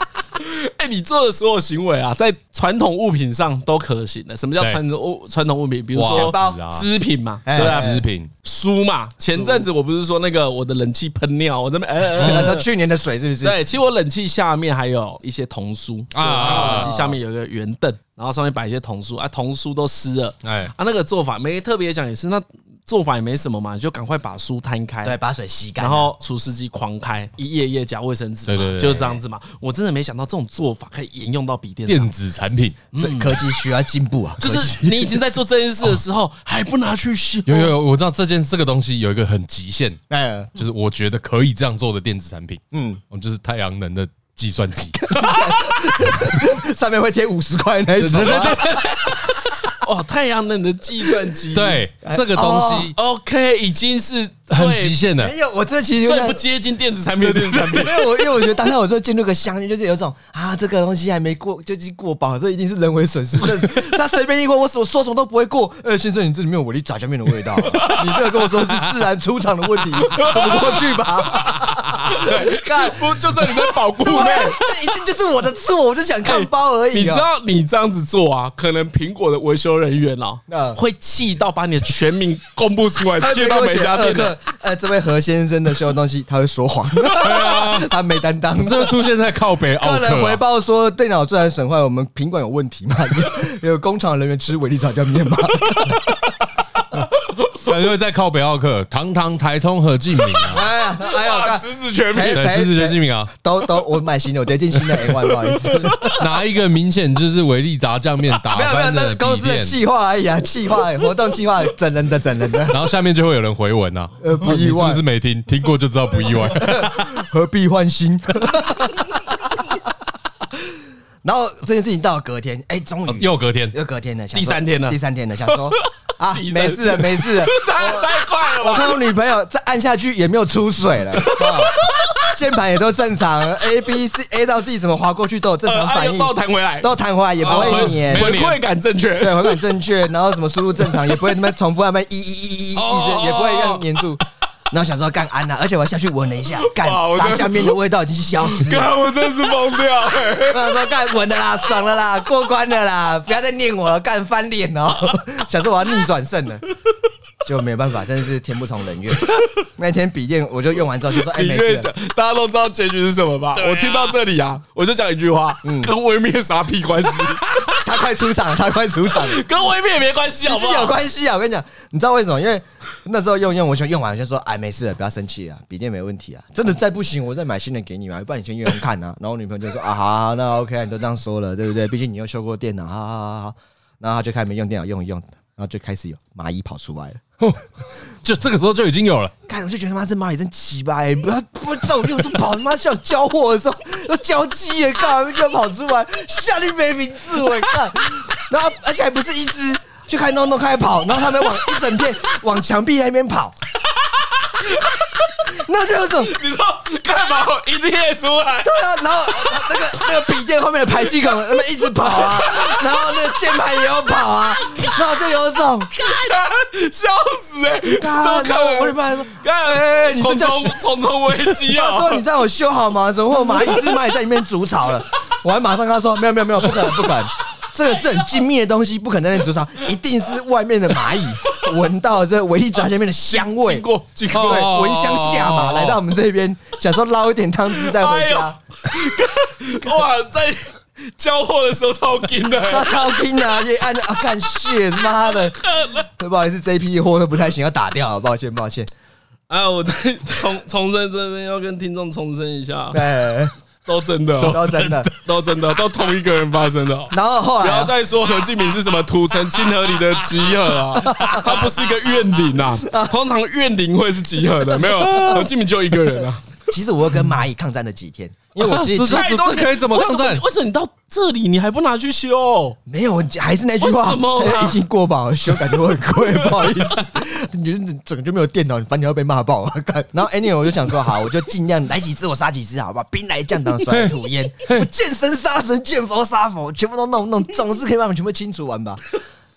Speaker 4: 哎，你做的所有行为啊，在传统物品上都可行的。什么叫
Speaker 5: 对
Speaker 4: 传统物传统物品？比如
Speaker 5: 哇
Speaker 4: 说
Speaker 1: 包
Speaker 5: 纸啊
Speaker 4: 织品嘛，
Speaker 1: 哎
Speaker 4: 对啊不对？
Speaker 5: 织品，
Speaker 4: 书嘛，前阵子我不是说那个我的冷气喷尿，我这边哎哎哎
Speaker 1: 那去年的水是不是？
Speaker 4: 对，其实我冷气下面还有一些童书
Speaker 5: 啊
Speaker 4: 啊，冷气下面有一个圆凳，然后上面摆一些童书啊，童书都湿了。
Speaker 5: 哎，
Speaker 4: 啊，那个做法没特别讲，也是那做法也没什么嘛，你就赶快把书摊开，
Speaker 1: 对，，把水吸干。啊
Speaker 4: 然后除湿机狂开，一页一页加卫生纸嘛，
Speaker 5: 啊对对对
Speaker 4: 就是这样子嘛。我真的没想到这种做法可以沿用到笔电
Speaker 5: 电
Speaker 4: 上。
Speaker 5: 子产品
Speaker 1: 这科技需要进步啊，
Speaker 4: 嗯就
Speaker 1: 科技
Speaker 4: 是你已经在做这件事的时 候，哦还不拿去洗，
Speaker 5: 有有有，我知道这件这个东西有一个很极限，
Speaker 1: 哎，
Speaker 5: 就是我觉得可以这样做的电子产品，
Speaker 1: 嗯，
Speaker 5: 哦就是太阳能的计算机，
Speaker 1: 上面会贴五十块那一种啊，
Speaker 4: 哦，太阳能的计算机，
Speaker 5: 对，这个东
Speaker 1: 哦
Speaker 5: 西
Speaker 4: ，OK，已经是
Speaker 5: 很
Speaker 4: 最
Speaker 5: 极限的，
Speaker 1: 没有，我这其实有
Speaker 4: 最
Speaker 1: 点
Speaker 4: 不接近电子产品的电子产品
Speaker 1: 因。为我因为我觉得当下我这进入个相遇，就是有一种啊，这个东西还没过就已经过保，这一定是人为损失。这是 他随便一问，我所说什么都不会过。呃，先生，你这里面有我的炸酱面的味道，啊你这个跟我说是自然出厂的问题，说不过去吧？对，干，
Speaker 4: 不，就算你在保固内，
Speaker 1: 这一定就是我的错，我就想看包而已、啊。
Speaker 4: 你知道你这样子做啊，可能苹果的维修人员啊
Speaker 1: 嗯，
Speaker 4: 会气到把你的全名公布 出来，
Speaker 1: 他
Speaker 4: 贴
Speaker 1: 就
Speaker 4: 到
Speaker 1: 到
Speaker 4: 每
Speaker 1: 每
Speaker 4: 家
Speaker 1: 家
Speaker 4: 店
Speaker 1: 店
Speaker 4: 的。
Speaker 1: 的，呃，这位何先生的修的东西他会说谎，他没担当。
Speaker 5: 这个出现在靠 北奥
Speaker 1: 客人
Speaker 5: 克
Speaker 1: 回
Speaker 5: 啊。
Speaker 1: 报说，电脑自然损坏，我们品管有问题 吗？有工厂人员吃维力炸酱面吗？
Speaker 5: 因为在靠北奥克，堂堂台通何敬明啊，
Speaker 1: 哎呀，哎呀，
Speaker 4: 哇，
Speaker 1: 干
Speaker 4: 直指全名，
Speaker 1: 赔
Speaker 5: 对，支持何敬
Speaker 1: 赔
Speaker 5: 明啊，
Speaker 1: 都都，我买新的，我跌进新的 A 万，不好意思，
Speaker 5: 拿一个明显就是维力炸酱面打
Speaker 1: 啊没有没有，
Speaker 5: 翻
Speaker 1: 那
Speaker 5: 的
Speaker 1: 是公
Speaker 5: 笔
Speaker 1: 司的
Speaker 5: 电，
Speaker 1: 企划而已啊，企划活动企划，整人的整人的，
Speaker 5: 然后下面就会有人回文啊，
Speaker 1: 呃不
Speaker 5: 你
Speaker 1: 意
Speaker 5: 是不
Speaker 1: 外
Speaker 5: 是没听？听过就知道不 意外。
Speaker 1: 何必换新？ 然后这件事情到了隔天，哎，终于
Speaker 5: 又隔天，
Speaker 1: 又隔天了，想说
Speaker 4: 第三天了
Speaker 1: 第三天了，想说 啊
Speaker 4: 第，三
Speaker 1: 没事了，没事了。
Speaker 4: 太哦太快了
Speaker 1: 我
Speaker 4: 吧！
Speaker 1: 看我女朋友再按下去也没有出水了，啊键盘也都正常，A B C A 到 Z 怎么滑过去都有正
Speaker 4: 呃，
Speaker 1: 常
Speaker 4: 啊
Speaker 1: 反
Speaker 4: 又
Speaker 1: 应，
Speaker 4: 倒弹回来，呃
Speaker 1: 都弹回来也不会粘，
Speaker 4: 回馈感正确。
Speaker 1: 对，回感正确，然后什么输入正常，也不会他妈重复他们一一一一一，一也不会让粘住。然后想说干安呐，而且我下去闻了一下，干
Speaker 4: 哇我真
Speaker 1: 炸酱面的味道已经消失了。
Speaker 4: 看我真是疯掉、欸！
Speaker 1: 我想说干闻的啦，爽了啦，过关了啦，不要再念我了，干翻脸哦！想说我要逆转胜了，就没有办法，真的是天不从人愿。那天笔电我就用完之后就说，哎、
Speaker 4: 你
Speaker 1: 没
Speaker 4: 越
Speaker 1: 事
Speaker 4: 讲
Speaker 1: 了。，
Speaker 4: 大家都知道结局是什么吧？我听到这里啊，我就讲一句话，跟微面啥屁关系？
Speaker 1: 他快出场了，他快出场了。
Speaker 4: 跟微面没关系，
Speaker 1: 其
Speaker 4: 好不
Speaker 1: 实有
Speaker 4: 好？
Speaker 1: 关系啊，我跟你讲，你知道为什么？因为那时候用用，我就用完我就说，哎，没事了，不要生气啊，笔电没问题啊。真的再不行，我再买新的给你嘛，不然你先用用看啊。然后我女朋友就说，啊，好好，好那 OK，你都这样说了，对不对？毕竟你又修过电脑，好好好好好。然后他就开始用电脑用一用，然后就开始有蚂蚁跑出来了。
Speaker 5: 就这个时候就已经有了。
Speaker 1: 看，我就觉得妈这蚂蚁真奇葩、欸，不要不这种用处跑，他妈像交货的时候要交鸡耶，干嘛就跑出来，吓你没名字我看，然后而且还不是一只，就开始弄弄开始跑，然后他们往一整片往墙壁那边跑， 那就有种
Speaker 4: 你说干嘛我一列出来？
Speaker 1: 对啊，然后那个那个笔电后面的排气孔他们一直 跑啊，然后那个键盘也有跑啊，然后就有一种，
Speaker 4: 笑死哎、欸！
Speaker 1: 啊
Speaker 4: 都
Speaker 1: 然
Speaker 4: 看
Speaker 1: 后我女
Speaker 4: 我，
Speaker 1: 朋友说。
Speaker 4: 看哎，
Speaker 1: 你这
Speaker 4: 重
Speaker 1: 叫
Speaker 4: 重重重危机
Speaker 1: 他
Speaker 4: 啊！
Speaker 1: 说：“你这样我修好吗？怎么会有蚂蚁只蚂蚁在里面筑巢了？” 我还马上跟他说：“没有没有没有，不可能不可能，这个是很精密的东西，不可能在那边筑巢，一定是外面的蚂蚁 闻到这维力炸酱面的香味，
Speaker 4: 经 过经过，
Speaker 1: 对，闻香下马
Speaker 5: 哦
Speaker 1: 来到我们这边，想说捞一点汤汁再
Speaker 4: 哎
Speaker 1: 回家，
Speaker 4: 哇，在交货的时候超惊的、
Speaker 1: 那
Speaker 4: 欸，
Speaker 1: 超拼的，而且按啊干谢妈的，对不好意思，这一批货都不太行，要打掉，抱歉抱 歉，
Speaker 4: 啊，我再重重申这边要跟听众重申一下，
Speaker 1: 对，
Speaker 4: 都哦真的、哦
Speaker 1: 都哎真的。
Speaker 4: 都真的哦都同一个人发生的、哦。
Speaker 1: 然后后来
Speaker 4: 不
Speaker 1: 啊、
Speaker 4: 要再说何敬明是什么土城清河里的集合啊，他不是一个怨灵啊。通常怨灵会是集合的，没有何敬明就一个人 啊。
Speaker 1: 其实我又跟蚂蚁抗战了几天，因为我其 实
Speaker 5: 这这这这可以怎么抗战？
Speaker 4: 为什么你到这里你还不拿去修？
Speaker 1: 没有，还是那句话，
Speaker 4: 为什么啊
Speaker 1: 已经过保了，修感觉会很贵，不好意思，你就整个就没有电脑，你反正要被骂爆啊！ 干然后 anyway，我就想说，好，我就尽量来几只我杀几只，好吧，兵来将挡，水来土掩， 我见神杀神，见佛杀佛，全部都弄弄，总是可以把他们全部清 除完吧？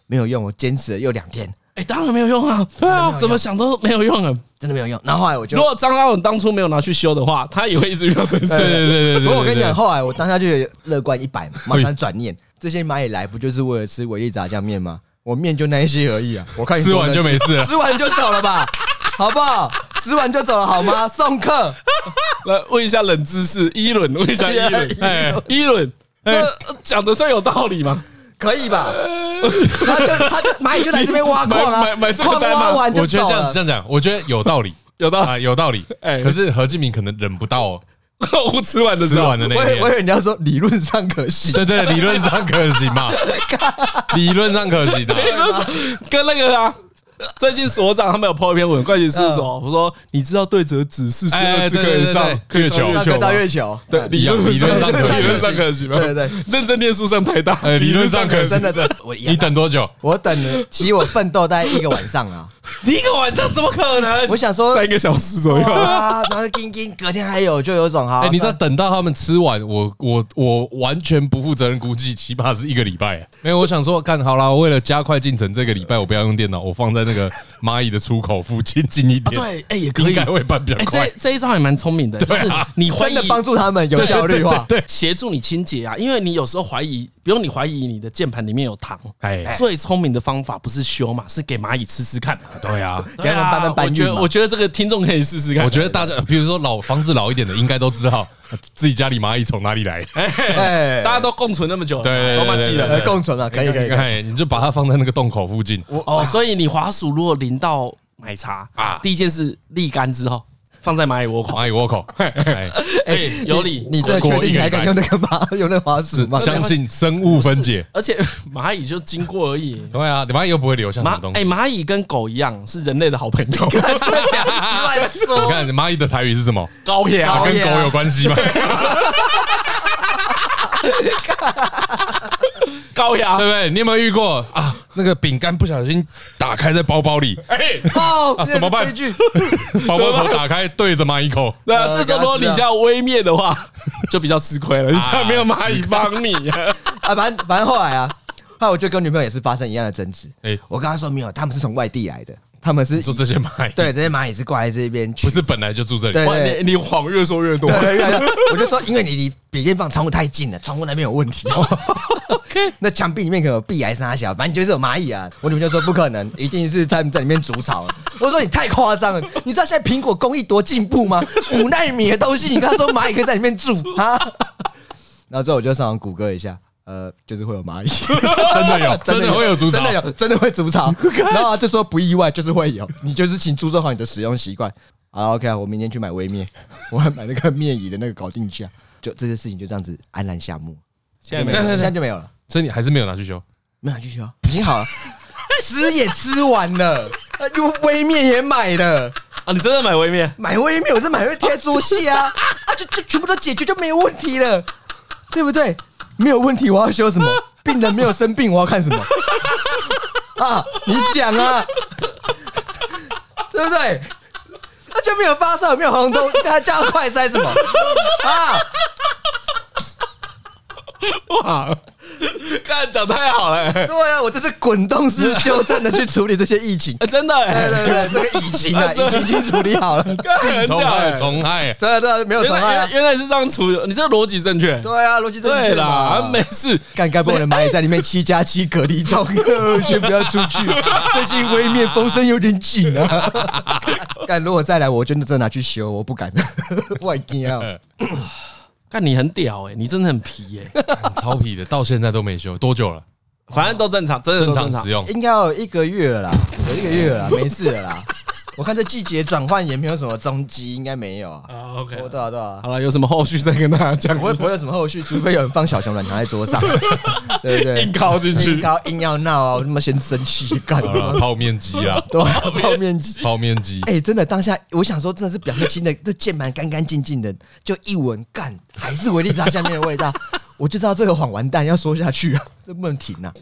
Speaker 1: 没有用，我坚持了又两天，
Speaker 4: 哎，当然没有用啊，对啊，怎么想都没有用啊。
Speaker 1: 真的没有用。然后后来我就
Speaker 4: 如，果张大勇当初没有拿去修的话，他也会一直遇到这
Speaker 5: 对
Speaker 4: 事。
Speaker 5: 对对对
Speaker 1: 不
Speaker 5: 对。
Speaker 1: 过我跟你
Speaker 5: 对
Speaker 1: 讲，，后来我当下就有乐观一百嘛，马上转念，这些蚂蚁来不就是为了吃维力炸酱面吗？我面就那一些而已啊，我看你
Speaker 5: 吃
Speaker 1: 多
Speaker 5: 完
Speaker 1: 能
Speaker 5: 就没事了。
Speaker 1: 吃完就走了吧，好不好？吃完就走了好吗？送客，
Speaker 4: 来问一下冷知识，一轮问一下一 轮，
Speaker 5: 哎，
Speaker 4: 一轮，这讲的算有道理吗？
Speaker 1: 可以吧？他就他就蚂蚁就来这边挖矿
Speaker 4: 买买
Speaker 1: 啊
Speaker 4: 买，这个
Speaker 1: 矿
Speaker 4: 单吗
Speaker 1: 挖完
Speaker 5: 我
Speaker 1: 就
Speaker 5: 觉得
Speaker 1: 走
Speaker 5: 这样
Speaker 1: 了
Speaker 5: 这。样讲，我觉得有道 理
Speaker 4: 有道理
Speaker 5: 啊，有道理。
Speaker 4: 哎
Speaker 5: 可是何敬明可能忍不到哦。
Speaker 4: 我吃完的时
Speaker 5: 吃
Speaker 4: 候，
Speaker 5: 完的那
Speaker 1: 我
Speaker 5: 一
Speaker 1: 以我以
Speaker 5: 天。
Speaker 1: 为你要说理论上可行，
Speaker 5: 对对，理论 上可行嘛，理论上可行的。
Speaker 4: 跟那个啊，最近所长他们有 po 一篇文，怪奇事务所，我说你知道对折纸是十
Speaker 5: 哎
Speaker 4: 二次
Speaker 5: 对
Speaker 4: 可
Speaker 5: 对
Speaker 4: 以
Speaker 5: 对
Speaker 4: 上，可
Speaker 5: 对
Speaker 4: 以上月球
Speaker 5: 月球嘛
Speaker 1: 上
Speaker 4: 吗，
Speaker 1: 大月球，
Speaker 4: 对，理
Speaker 5: 一样
Speaker 4: 论
Speaker 5: 理论上可以
Speaker 4: 理论上可行，
Speaker 1: 对对对，
Speaker 4: 认真念书上台大，
Speaker 5: 哎理论上可以
Speaker 1: 真的真的，
Speaker 6: 我一样
Speaker 5: 你等多久？
Speaker 1: 我等了，其实我奋斗大概一个晚上啊，
Speaker 4: 你一个晚上怎么可能？
Speaker 1: 我想说。
Speaker 4: 三个小时左右，
Speaker 1: 啊，然后叮叮，隔天还有，就有种哈。
Speaker 5: 哎，你知道等到他们吃完，我我我完全不负责任估计，起码是一个礼拜。没有，我想说，干好啦，我为了加快进程，这个礼拜我不要用电脑，我放在那个蚂蚁的出口附近近一点。
Speaker 4: 对，哎，也可
Speaker 5: 应
Speaker 4: 以。
Speaker 5: 该会办比较
Speaker 4: 哎，
Speaker 5: 快
Speaker 4: 这。这一招也蛮聪明的，就是你怀
Speaker 1: 真
Speaker 4: 疑
Speaker 1: 的帮助他们有效率化，
Speaker 4: 啊对，协助你清洁啊，因为你有时候怀疑，比如你怀疑你的键盘里面有糖，
Speaker 5: 哎，
Speaker 4: 最聪明的方法不是修嘛，是给蚂蚁吃吃看嘛。
Speaker 5: 对啊，
Speaker 1: 给他们慢慢搬
Speaker 4: 我觉
Speaker 1: 运
Speaker 4: 得，
Speaker 1: 嘛
Speaker 4: 我。觉得这个哎听众可以试试看。
Speaker 5: 我觉得大家，比如说老房子老一点的，应该都知道啊自己家里蚂蚁从哪 里来。
Speaker 1: 哎
Speaker 4: 大家都共存那么久了，
Speaker 5: 对对对
Speaker 4: 都蛮记得
Speaker 5: 对
Speaker 1: 呃
Speaker 4: 的。
Speaker 1: 共存嘛，可以可以。可以
Speaker 5: 哎，你就把它放在那个洞口附近。
Speaker 4: 哦，所以你滑鼠如果淋到奶茶
Speaker 5: 啊
Speaker 4: 啊，第一件事沥干之后放在蚂蚁窝 口。
Speaker 5: 蚂蚁窝口，哎
Speaker 4: 哎，有理。
Speaker 1: 你真的确定还敢用那个吗？ 用那个滑鼠吗？
Speaker 5: 相信生物分解。
Speaker 4: 而且 蚂蚁就经过而已。
Speaker 5: 对啊，蚂蚁又不会留下什么
Speaker 4: 蚂
Speaker 5: 东西。
Speaker 4: 哎，蚂蚁跟狗一样是人类的好朋友。
Speaker 1: 乱
Speaker 5: 你
Speaker 1: 说，啊
Speaker 5: 看蚂蚁的台语是什么？
Speaker 4: 高血
Speaker 5: 它
Speaker 4: 压
Speaker 5: 啊跟
Speaker 1: 高
Speaker 5: 狗有 关系 吗？
Speaker 4: 高压
Speaker 5: 对不对？你有没有遇过啊？那个饼干不小心打开在包包 里，
Speaker 4: 哎，
Speaker 1: 哦
Speaker 5: 啊，怎么办
Speaker 1: 这是规矩
Speaker 5: 包包头打开对着蚂蚁口，
Speaker 4: 对啊，
Speaker 1: 呃
Speaker 4: 这时候如果你家有微灭的 话，就比较吃亏了。你家没有蚂蚁帮你，
Speaker 1: 啊，反正反正后来啊，后来我就跟女朋友也是发生一样的争执。
Speaker 5: 哎
Speaker 1: 我跟她说没有，他们是从外地来的，他们是
Speaker 5: 就这些蚂蚁，
Speaker 1: 对，这些蚂蚁是过来这边去
Speaker 5: 不是本来就住这里
Speaker 1: 对。
Speaker 4: 哇，你你谎越说越多。
Speaker 1: 对对对，对 我就说，因为你离笔电放窗户太近了，窗户那边有 问题。 那墙壁里面可能有壁癌沙小，反正就是有蚂蚁啊。我女朋友说不可能，一定是他们在里面筑巢。我说你太夸张了，你知道现在苹果工艺多进 步吗？五纳米的东西，你跟他说蚂蚁可以在里面住啊？然后之后我就上网谷歌一下。呃，就是会有蚂蚁，
Speaker 5: 真的有，真的会有竹
Speaker 1: 真
Speaker 5: 巢
Speaker 1: 的。有，真的会筑 巢。然后他就说不意外，就是会有，你就是请注重好你的使用习惯。好了，OK 啊，我明天去买微面，我还买那个面椅的那个搞定架，就这些事情就这样子安然下幕。
Speaker 4: 现在没
Speaker 1: 就
Speaker 4: 有
Speaker 1: 没有了，现在就没有了，
Speaker 5: 所以你还是没有拿去修。
Speaker 1: 没有继续啊，已经好了，吃也吃完了，呃又微面也买了，
Speaker 4: 啊，你真的买微面？
Speaker 1: 买微面我是买会贴桌戏啊，啊就就全部都解决就没有问题了，对不对？没有问题，我要修什么？病人没有生病，我要看什么？啊，你讲啊，对不对？那就没有发烧，也没有喉咙痛，他叫他快塞什么？啊，
Speaker 4: 哇，看讲太好了， 哎
Speaker 1: 对啊，我这是滚动式修正的去处理这些疫情。
Speaker 4: 真的
Speaker 1: 对
Speaker 4: 哎，
Speaker 1: 对对，对这个疫情啊，疫情 已经处理 好了，
Speaker 4: 干很屌
Speaker 5: 虫
Speaker 4: 哎
Speaker 5: 害，。虫害，
Speaker 1: 真的真的没有
Speaker 4: 原
Speaker 1: 伤害
Speaker 4: 来
Speaker 1: 啊
Speaker 4: 原。原来是这样处理，你这个逻辑正确。
Speaker 1: 对啊，逻辑正
Speaker 4: 对
Speaker 1: 确
Speaker 4: 啦，
Speaker 1: 嘛
Speaker 4: 啊没事。
Speaker 1: 干该不会我的蚂蚁在里面七加七隔离中， 先不要出 去。最近微面风声有点紧啊。 干，如果再来，我真的真的拿去修，我不敢， 我很惊啊！
Speaker 4: 看你很屌哎，你真的很皮哎，
Speaker 5: 超皮的，到现在都没修，多久了？
Speaker 4: 反正都正常，真的都
Speaker 5: 正
Speaker 4: 正
Speaker 5: 常
Speaker 4: 常
Speaker 5: 使。用。
Speaker 1: 应该有一个月了啦，有一个月了啦，没事了啦。我看这季节转换也没有什么踪迹，应该没有啊。
Speaker 4: 啊，OK，
Speaker 1: 哦对啊，对啊
Speaker 4: 好，了，有什么后续再跟大家讲
Speaker 1: 不。会不会有什么后续，除非有人放小熊软糖 在桌上，对不对？
Speaker 4: 硬靠进
Speaker 1: 硬
Speaker 4: 去，
Speaker 1: 高硬要闹啊！我他妈先生气，干
Speaker 5: 好了，泡面机啊，
Speaker 1: 对啊，泡面机。
Speaker 5: 泡面机。
Speaker 1: 哎、真的，当下我想说，真的是表面清的，这键盘干干净净的，就一闻干，还是维力炸酱面的味 道，我就知道这个谎完蛋，要说下去啊，这不能停啊。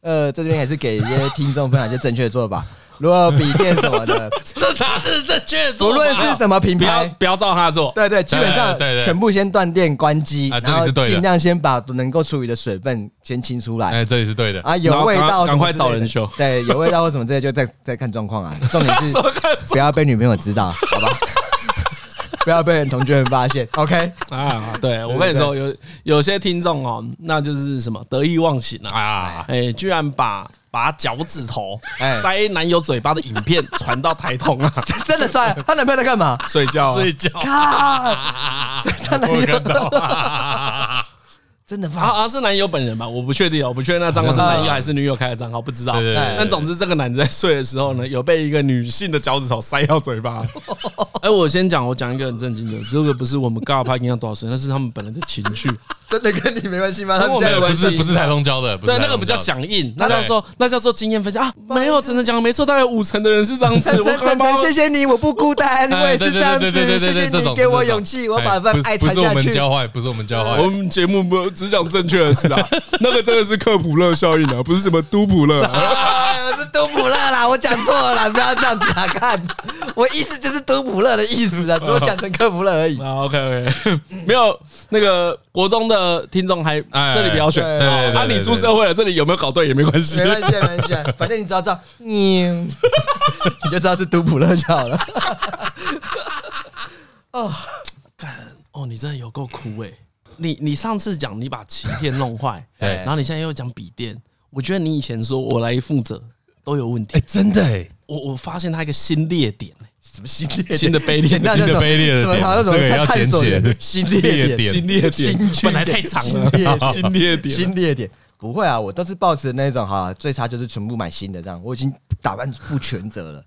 Speaker 1: 呃，在这边还是给一些听众分享一些正确的做法，如果笔电什么 的，
Speaker 4: 这哪是正确的
Speaker 1: 不
Speaker 4: 做法？啊
Speaker 1: 论是什么品
Speaker 4: 不要
Speaker 1: 牌。
Speaker 4: 不要照他做。
Speaker 1: 对对，基本上
Speaker 5: 对对对
Speaker 1: 全部先断电关机，
Speaker 5: 啊这
Speaker 1: 然
Speaker 5: 个
Speaker 1: 后
Speaker 5: 是对的
Speaker 1: 尽量先把能够处理的水分先清出来。
Speaker 5: 哎，这里是对的。
Speaker 1: 啊，有味
Speaker 4: 然后
Speaker 1: 道，
Speaker 4: 赶赶快找人修。
Speaker 1: 对，有味道或什么之类，就再再看状况啊。重点 是
Speaker 4: 怎么看
Speaker 1: 不要被女朋友知道，好吧？不要被同居人发现。OK，
Speaker 4: 啊，对我跟你说，有有些听众哦，那就是什么得意忘形啊，
Speaker 5: 啊，
Speaker 4: 哎，居然把把脚趾头
Speaker 1: 哎
Speaker 4: 塞男友嘴巴的影片传到台通 啊，
Speaker 1: 真的算了。她男朋友在干嘛？
Speaker 4: 睡觉啊，
Speaker 5: 睡觉。
Speaker 1: 她男
Speaker 5: 我
Speaker 1: 友
Speaker 5: 看到，
Speaker 1: 真的
Speaker 4: 啊
Speaker 1: 发
Speaker 4: 啊是男友本人吧？我不确定哦，我不确定那账号是男友还是女友开的账号，不知道
Speaker 5: 对。对
Speaker 1: 哎
Speaker 5: 对。
Speaker 4: 但总之，这个男的在睡的时候呢，有被一个女性的脚趾头塞到嘴 巴。哎，我先讲，我讲一个很震惊的，这个不是我们尬拍影响多少岁，那是他们本人的情绪。
Speaker 1: 真的跟你没关系吗？他
Speaker 2: 跟我
Speaker 1: 们
Speaker 2: 没有
Speaker 5: 没
Speaker 1: 家
Speaker 5: 有，
Speaker 1: 关
Speaker 5: 不
Speaker 1: 系
Speaker 5: 是不是台中教的，不是
Speaker 4: 对，那
Speaker 5: 台
Speaker 4: 个
Speaker 5: 中
Speaker 4: 比较
Speaker 5: 教的。
Speaker 4: 响应，那叫做那叫做经验分享啊。没有，只能讲没错，大概有五成的人是这 样子。
Speaker 1: 陈
Speaker 4: 我
Speaker 1: 陈
Speaker 4: 干
Speaker 1: 陈
Speaker 4: 嘛
Speaker 1: 陈，？谢谢你，我不孤单，我
Speaker 5: 哎
Speaker 1: 也是这样
Speaker 5: 对
Speaker 1: 子。
Speaker 5: 对对对对
Speaker 1: 谢
Speaker 5: 对
Speaker 1: 谢
Speaker 5: 这
Speaker 1: 你
Speaker 5: 种
Speaker 1: 给我
Speaker 5: 这种
Speaker 1: 勇气，我
Speaker 5: 哎
Speaker 1: 把
Speaker 5: 不
Speaker 1: 份
Speaker 5: 是
Speaker 1: 爱
Speaker 5: 不
Speaker 1: 传
Speaker 5: 是我
Speaker 1: 下
Speaker 5: 们
Speaker 1: 去。
Speaker 5: 教坏，不是我们教坏
Speaker 4: 我，们节目没有只讲正确的事 啊，那个真的是克普勒效应啊，不是什么都普勒啊、
Speaker 1: 啊是都普勒啦，我讲错了啦，不要这样子啊！看，我意思就是都普勒的意思啊，只有讲成科普勒而已。
Speaker 4: 啊，OK OK，没 有那个国中的听众还
Speaker 5: 哎
Speaker 4: 这里不要选，
Speaker 5: 对
Speaker 1: 对
Speaker 5: 对对
Speaker 4: 啊，
Speaker 5: 对
Speaker 4: 你出社会了，这里有没有搞对也没关系
Speaker 1: 没。关系，没关系，反正你只要知道，嗯，你就知道是都普勒就 好了。
Speaker 4: 哦，你真的有够苦哎、你你上次讲你把鳍片弄坏，
Speaker 5: 对
Speaker 4: 然后你现在又讲笔电，我觉得你以前说我来负责都有问题
Speaker 5: 哎，，真的哎，
Speaker 4: 我我发现它一个新裂点、欸
Speaker 1: 什么新列
Speaker 4: 新的碑列
Speaker 1: 那
Speaker 5: 新
Speaker 1: 叫
Speaker 5: 的
Speaker 1: 什么
Speaker 5: 卑劣的
Speaker 1: 什么
Speaker 5: 点
Speaker 1: 好像什
Speaker 5: 这个
Speaker 1: 么
Speaker 5: 要
Speaker 1: 探索
Speaker 5: 简写
Speaker 1: 的新列
Speaker 5: 列
Speaker 1: 点
Speaker 5: 点
Speaker 4: 新裂
Speaker 1: 新
Speaker 4: 点
Speaker 1: 据
Speaker 4: 本来太
Speaker 1: 点
Speaker 4: 长
Speaker 1: 新
Speaker 4: 了，
Speaker 1: 列点
Speaker 4: 新裂点，
Speaker 1: 新列点。不会啊，我都是抱持那种哈，最差就是全部买新的这样。我已经打算负全责了，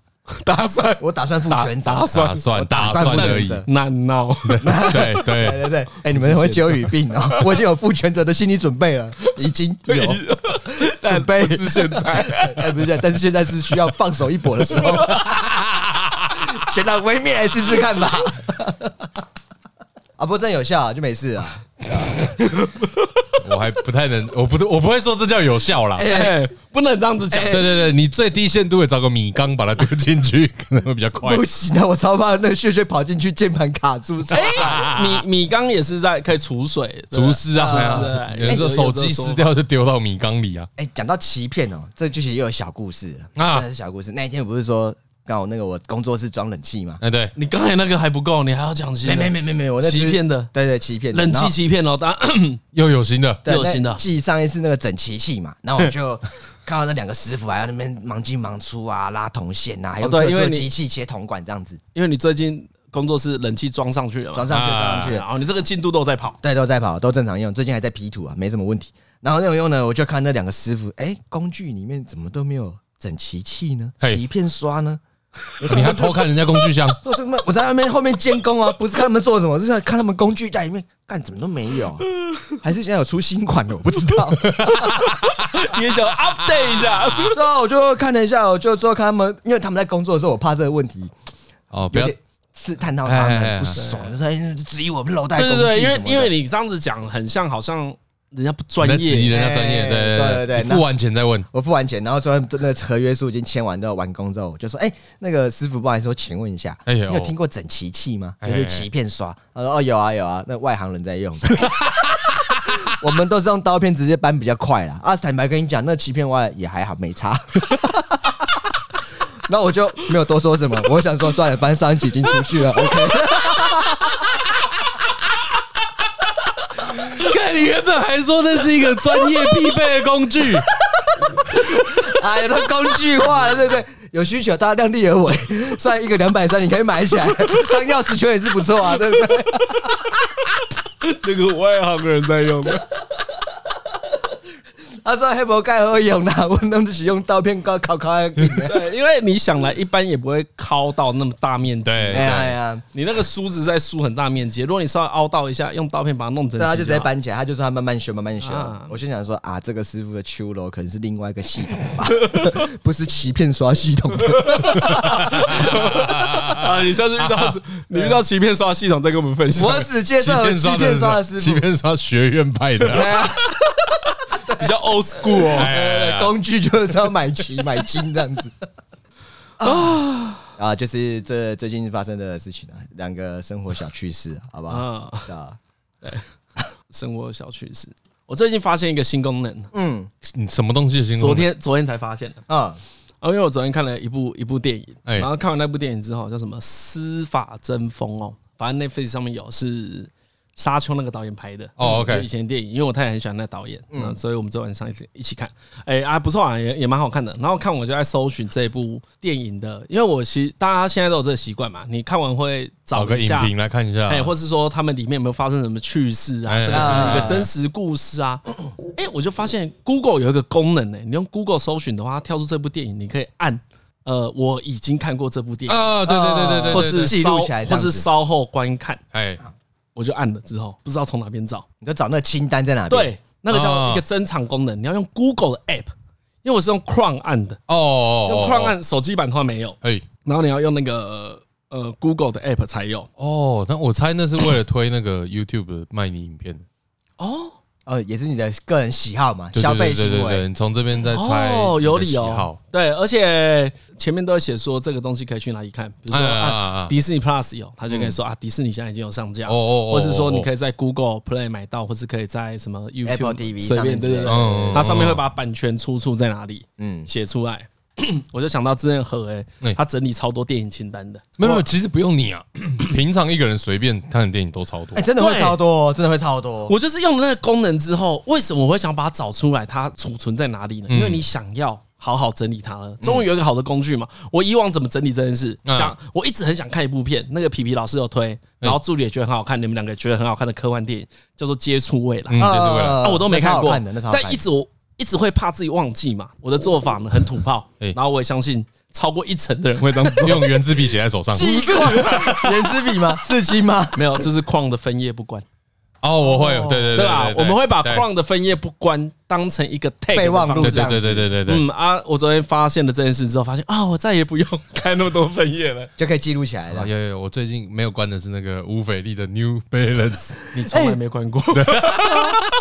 Speaker 4: 打算
Speaker 1: 我打算负全责，
Speaker 4: 打
Speaker 5: 打
Speaker 4: 算
Speaker 5: 算打
Speaker 1: 打
Speaker 5: 算
Speaker 1: 算
Speaker 5: 而已，
Speaker 1: 的
Speaker 4: 难 闹。
Speaker 5: 对对
Speaker 1: 对对对，哎、你们会久语病哦，我已经有负全责的心理准备了，已 经有准备
Speaker 4: 不是现在，
Speaker 1: 哎，不是这样，但是现在是需要放手一搏的时候， 先让微面来试试看吧。啊，不过真的有效、啊，就没事啊。
Speaker 5: 我还不太能，我不我不会说这叫有效啦。
Speaker 4: 哎，不能这样子讲。
Speaker 5: 对对对，你最低限度也找个米缸把它丢进去，可能会比较快。
Speaker 1: 不行啊，我超怕那个血血跑进去，键盘卡住。啊
Speaker 4: 哎，米米缸也是在可以储水，对不
Speaker 5: 厨
Speaker 4: 对
Speaker 5: 师啊，
Speaker 4: 厨师啊
Speaker 5: 有人说手机撕掉就丢到米缸里啊，
Speaker 1: 哎、讲到欺骗哦，这就是也有小故事
Speaker 5: 啊
Speaker 1: 啊，真的是小故事。那一天我不是说刚好那个我工作室装冷气吗？
Speaker 5: 哎对，
Speaker 4: 你刚才那个还不够，你还要讲些
Speaker 1: 没没没没没，我那只
Speaker 4: 欺骗的
Speaker 1: 对对欺骗的
Speaker 4: 冷
Speaker 1: 然后
Speaker 4: 气欺骗哦，当
Speaker 5: 又有新的，
Speaker 1: 对
Speaker 4: 又有新的
Speaker 1: 那记上一次那个整齐 器嘛，然后我就看到那两个师傅还在那边忙进忙出啊，拉铜线啊，还有
Speaker 4: 哦对
Speaker 1: 各
Speaker 4: 因为
Speaker 1: 色
Speaker 4: 你
Speaker 1: 机器切铜管这样子，
Speaker 4: 因为你最近工作室冷气装上去了嘛
Speaker 1: 装，上去
Speaker 5: 啊
Speaker 1: 装上去
Speaker 4: 然，后你这个进度都在跑，
Speaker 1: 对，都在跑，都正常用，最近还在 P 图啊，没什么问题。然后那种用呢，我就看那两个师傅，哎，工具里面怎么都没有整齐器呢？
Speaker 5: 嘿
Speaker 1: 鳍片刷呢？
Speaker 5: 你还偷看人家工具箱，
Speaker 1: 我这个我在外面后面监工啊， 不是看他们做什么，是看他们工具在里面干，怎么都没有啊、
Speaker 4: 嗯
Speaker 1: 还是现在有出新款的，我不知道。
Speaker 4: 你也想 update 一 下，
Speaker 1: 之后啊我就看了一下，我就之后看他们，因为他们在工作的时候，我怕这个问题
Speaker 5: 哦，不
Speaker 1: 有
Speaker 5: 要
Speaker 1: 点刺探到他
Speaker 5: 哎哎哎
Speaker 1: 们不爽，就说哎质疑我们漏带
Speaker 4: 对
Speaker 1: 工具
Speaker 4: 对对，因
Speaker 1: 什
Speaker 4: 为
Speaker 1: 么的
Speaker 4: 因为你这样子讲，很像好像人家不专
Speaker 5: 在质疑
Speaker 4: 业。
Speaker 5: 人家专业，
Speaker 1: 哎
Speaker 5: 对对
Speaker 1: 对对对
Speaker 5: 你付完钱再问，
Speaker 1: 我付完钱，然后之后那个合约书已经签完之后，完工之后，我就说：“哎、那个师傅，不好意思，我请问一下，
Speaker 5: 哎
Speaker 1: 你
Speaker 5: 呦
Speaker 1: 有听过整齐器吗？
Speaker 5: 哎
Speaker 1: 就是鳍片刷。”他说：“哦，有啊，有啊，那外行人 在用的。我们都是用刀片直接扳比较快啦。啊，坦白跟你讲，那鳍片外也还好，没差。然后我就没有多说什么，我想说算了，反正上一集已经出去了，OK。
Speaker 5: 看你原本还说那是一个专业必备的工具，
Speaker 1: 哎呀，都工具化了，对不对？有需求，大家量力而为。 虽然一个两百三，你可以买起来 当钥匙圈也是不错啊，对不对？
Speaker 2: 那个外行人在用的，
Speaker 1: 他说黑无盖好用啦， 我拢是用刀片搞烤烤的。
Speaker 4: 对，因为你想来一般也不会敲到那么大面积，
Speaker 5: 对
Speaker 1: 哎呀哎呀，
Speaker 4: 你那个梳子在梳很大面积，如果你稍微凹到一下，用刀片把它弄整齐
Speaker 1: 对，啊
Speaker 4: 好，
Speaker 1: 他就 直接搬起来，他就说他慢慢修，慢慢修
Speaker 4: 啊。
Speaker 1: 我心想说啊，这个师傅的秋楼可能是另外一个系统吧， 不是欺骗刷系统的。
Speaker 4: 啊！你下次遇 到你遇到欺骗刷系统，再跟我们分享，
Speaker 1: 我只介
Speaker 5: 欺
Speaker 1: 绍有
Speaker 5: 骗
Speaker 1: 欺
Speaker 5: 刷
Speaker 1: 骗刷的
Speaker 5: 的
Speaker 1: 师
Speaker 5: 欺
Speaker 1: 傅。
Speaker 5: 骗刷学院派的啊，
Speaker 1: 哎呀
Speaker 4: 比较 old school 哦。
Speaker 5: 哎哎哎
Speaker 1: 对工具就是要买齐买金这 样子。啊啊，就是这最近发生的事情啊，两个生活小趣事，好不好？
Speaker 4: 啊，
Speaker 1: 啊，
Speaker 4: 生活小趣事。我最近发现一个新功能，
Speaker 1: 嗯
Speaker 5: 你什么东西的新功能
Speaker 4: 昨天昨天才发现的。
Speaker 1: 啊，
Speaker 4: 啊，因为我昨天看了一部一部电影，
Speaker 5: 哎
Speaker 4: 然后看完那部电影之后，叫什么《司法争锋》哦，反正 Netflix 上面有是沙丘那个导演拍的
Speaker 5: 哦，OK
Speaker 4: 就以前的电影，因为我太太很喜欢那个导演，嗯，所以我们昨晚上一起一起看，哎啊不错啊，也也蛮好看的。然后看我就在搜寻这部电影的，因为我其实大家现在都有这个习惯嘛，你看完会
Speaker 5: 找个
Speaker 4: 一
Speaker 5: 影
Speaker 4: 下。
Speaker 5: 评来看一下，
Speaker 4: 哎，或是说他们里面有没有发生什么趣事啊？
Speaker 5: 啊哎
Speaker 4: 这个是不是一个真实故事啊？哎，我就发现 Google 有一个功能呢、你用 Google 搜寻的话，它跳出这部电影，你可以按呃，我已经看过这部电影，
Speaker 5: 啊，对对对对对，
Speaker 4: 或是
Speaker 5: 对对
Speaker 1: 记录
Speaker 4: 稍
Speaker 1: 起来这
Speaker 4: 或
Speaker 1: 样子
Speaker 4: 是稍后观看。
Speaker 5: 哎
Speaker 4: 我就按了之后，不知道从哪边找，
Speaker 1: 你就找那个清单
Speaker 5: 嗯
Speaker 1: 在哪边？
Speaker 4: 对，那个
Speaker 5: 啊
Speaker 4: 叫一个珍藏功能，你要用 Google 的 App，因为我是用 Chrome 按的，
Speaker 5: 哦，
Speaker 4: 用 Chrome 按手机版通常没有，
Speaker 5: 哎，
Speaker 4: 然后你要用那个呃 Google 的 App 才有。
Speaker 5: 哦，那我猜那是为了推那个 YouTube 的卖你影片，
Speaker 4: 哦，
Speaker 1: 哦，也是你的个人喜好嘛，
Speaker 5: 对对
Speaker 1: 消
Speaker 5: 对对
Speaker 1: 费行
Speaker 5: 对对
Speaker 1: 为。
Speaker 5: 你从这边再猜
Speaker 4: 哦，有理
Speaker 5: 你的喜
Speaker 4: 由
Speaker 5: 好，，
Speaker 4: 对，而且前面都有写说这个东西可以去哪里看，比如说
Speaker 5: 哎哎哎
Speaker 4: 啊
Speaker 5: 哎
Speaker 4: 迪士尼 Plus 有，他就跟你说啊，迪士尼现在已经有上架，
Speaker 5: 哦哦哦
Speaker 4: 或是说你
Speaker 5: 哦
Speaker 4: 可以在 Google Play 买到，或是可以在什么
Speaker 1: Apple
Speaker 4: YouTube
Speaker 1: TV
Speaker 4: 随便
Speaker 1: 上面
Speaker 4: 对对
Speaker 1: 之类
Speaker 4: 对
Speaker 1: 的，
Speaker 5: 嗯
Speaker 4: 它上面会把版权出处在哪里
Speaker 1: 嗯，
Speaker 4: 写出来。 我就想到之前何哎，
Speaker 5: 哎
Speaker 4: 他整理超多电影清单的，
Speaker 5: 没有，没有，其实不用你 啊，平常一个人随便看的电影都超多
Speaker 1: 哎，。真的会
Speaker 4: 对
Speaker 1: 超多哦，真的会超多。
Speaker 4: 我就是用了那个功能之后，为什么我会想把它找出来？它储存在哪里
Speaker 1: 嗯
Speaker 4: 呢？因为你想要好好整理它了。终于有一个好的工具嘛。我以往怎么整理这件事？
Speaker 5: 嗯
Speaker 4: 讲我一直很想看一部片，那个皮皮老师有
Speaker 1: 嗯
Speaker 4: 推，然后助理也觉得很好看，你们两个也觉得很好看的科幻电影叫做《接触未来》
Speaker 5: 嗯，，就是为了
Speaker 1: 呃
Speaker 4: 啊，我都没
Speaker 1: 那超
Speaker 4: 看
Speaker 1: 好
Speaker 4: 过
Speaker 1: 看的，那超好看
Speaker 4: 但一直我一直会怕自己忘记嘛。我的做法呢很土炮，
Speaker 1: 嗯
Speaker 5: 哎
Speaker 4: 然后我也相信超过一成 的人会
Speaker 5: 会这样子 用圆珠笔写在手上。
Speaker 1: 记住， 圆珠笔吗？刺青吗？
Speaker 4: 没有，就是矿的分页不关。
Speaker 5: 哦，我会，对对
Speaker 4: 对吧？我们会把
Speaker 5: 对
Speaker 4: Chrome 的分页不关当成一个 tag
Speaker 1: 备忘录
Speaker 4: 的方式
Speaker 5: 对对对对对对对，
Speaker 4: 嗯啊，我昨天发现了这件事之后，发现啊，我再也不用开那么多分页了。
Speaker 1: 就可以记录起来
Speaker 5: 啊
Speaker 1: 了。
Speaker 5: 有有有，我最近没有关的是那个乌菲利的 New Balance，
Speaker 4: 你从来没 关过，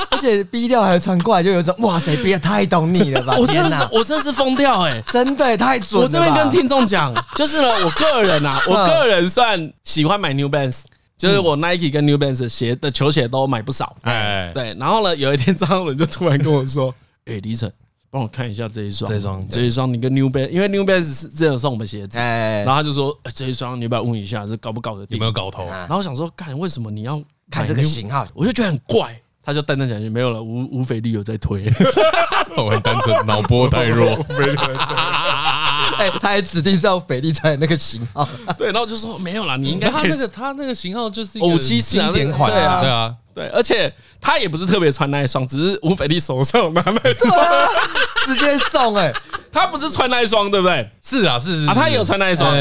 Speaker 1: 而且 B 调还传过来，就有一种哇塞，B 调太懂你了吧？
Speaker 4: 我真
Speaker 1: 天
Speaker 4: 的
Speaker 1: 哪
Speaker 4: 是，我真的是疯掉 哎、
Speaker 1: 真的也太准了
Speaker 4: 我
Speaker 1: 吧。
Speaker 4: 这边跟听众讲， 就是呢，我个人啊，我个人算喜欢买 New Balance，就是我 Nike 跟 New Balance 的鞋的球鞋都买不少。
Speaker 5: 哎，
Speaker 4: 对，然后呢，有一天张伦就突然跟我说：“ 哎、李晨，帮我看一下这一双，
Speaker 5: 这一双
Speaker 4: 这一双你跟 New Balance，因为 New Balance 是真有送我们鞋子，
Speaker 1: 哎，
Speaker 4: 然后他就说、呃这一双你要不要问一下，这搞不搞得定？
Speaker 5: 有没有搞头？
Speaker 4: 然后我想说，干为什么你要
Speaker 1: 看这个
Speaker 4: 买 New-
Speaker 1: 型号
Speaker 4: 我就觉得很怪。他就淡淡讲一句：“没有了，吴吴斐利有在 推。
Speaker 5: 我很单纯，脑波太弱。
Speaker 1: 哎，他还指定照北利穿的那个型号，”
Speaker 4: 对，然后就说：“没有啦，你应该
Speaker 5: 他
Speaker 4: 可以
Speaker 5: 那个他那个型号就 是
Speaker 4: 574啊
Speaker 5: 经典款
Speaker 4: 那个
Speaker 5: 对啊，
Speaker 4: 对，而且他也不是特别穿那一双，只是吴斐利手上有拿那一双，
Speaker 1: 直接送哎，
Speaker 4: 他不是穿那一双，对不对？
Speaker 5: 是啊是是
Speaker 4: 啊，他也有穿那一双。OK，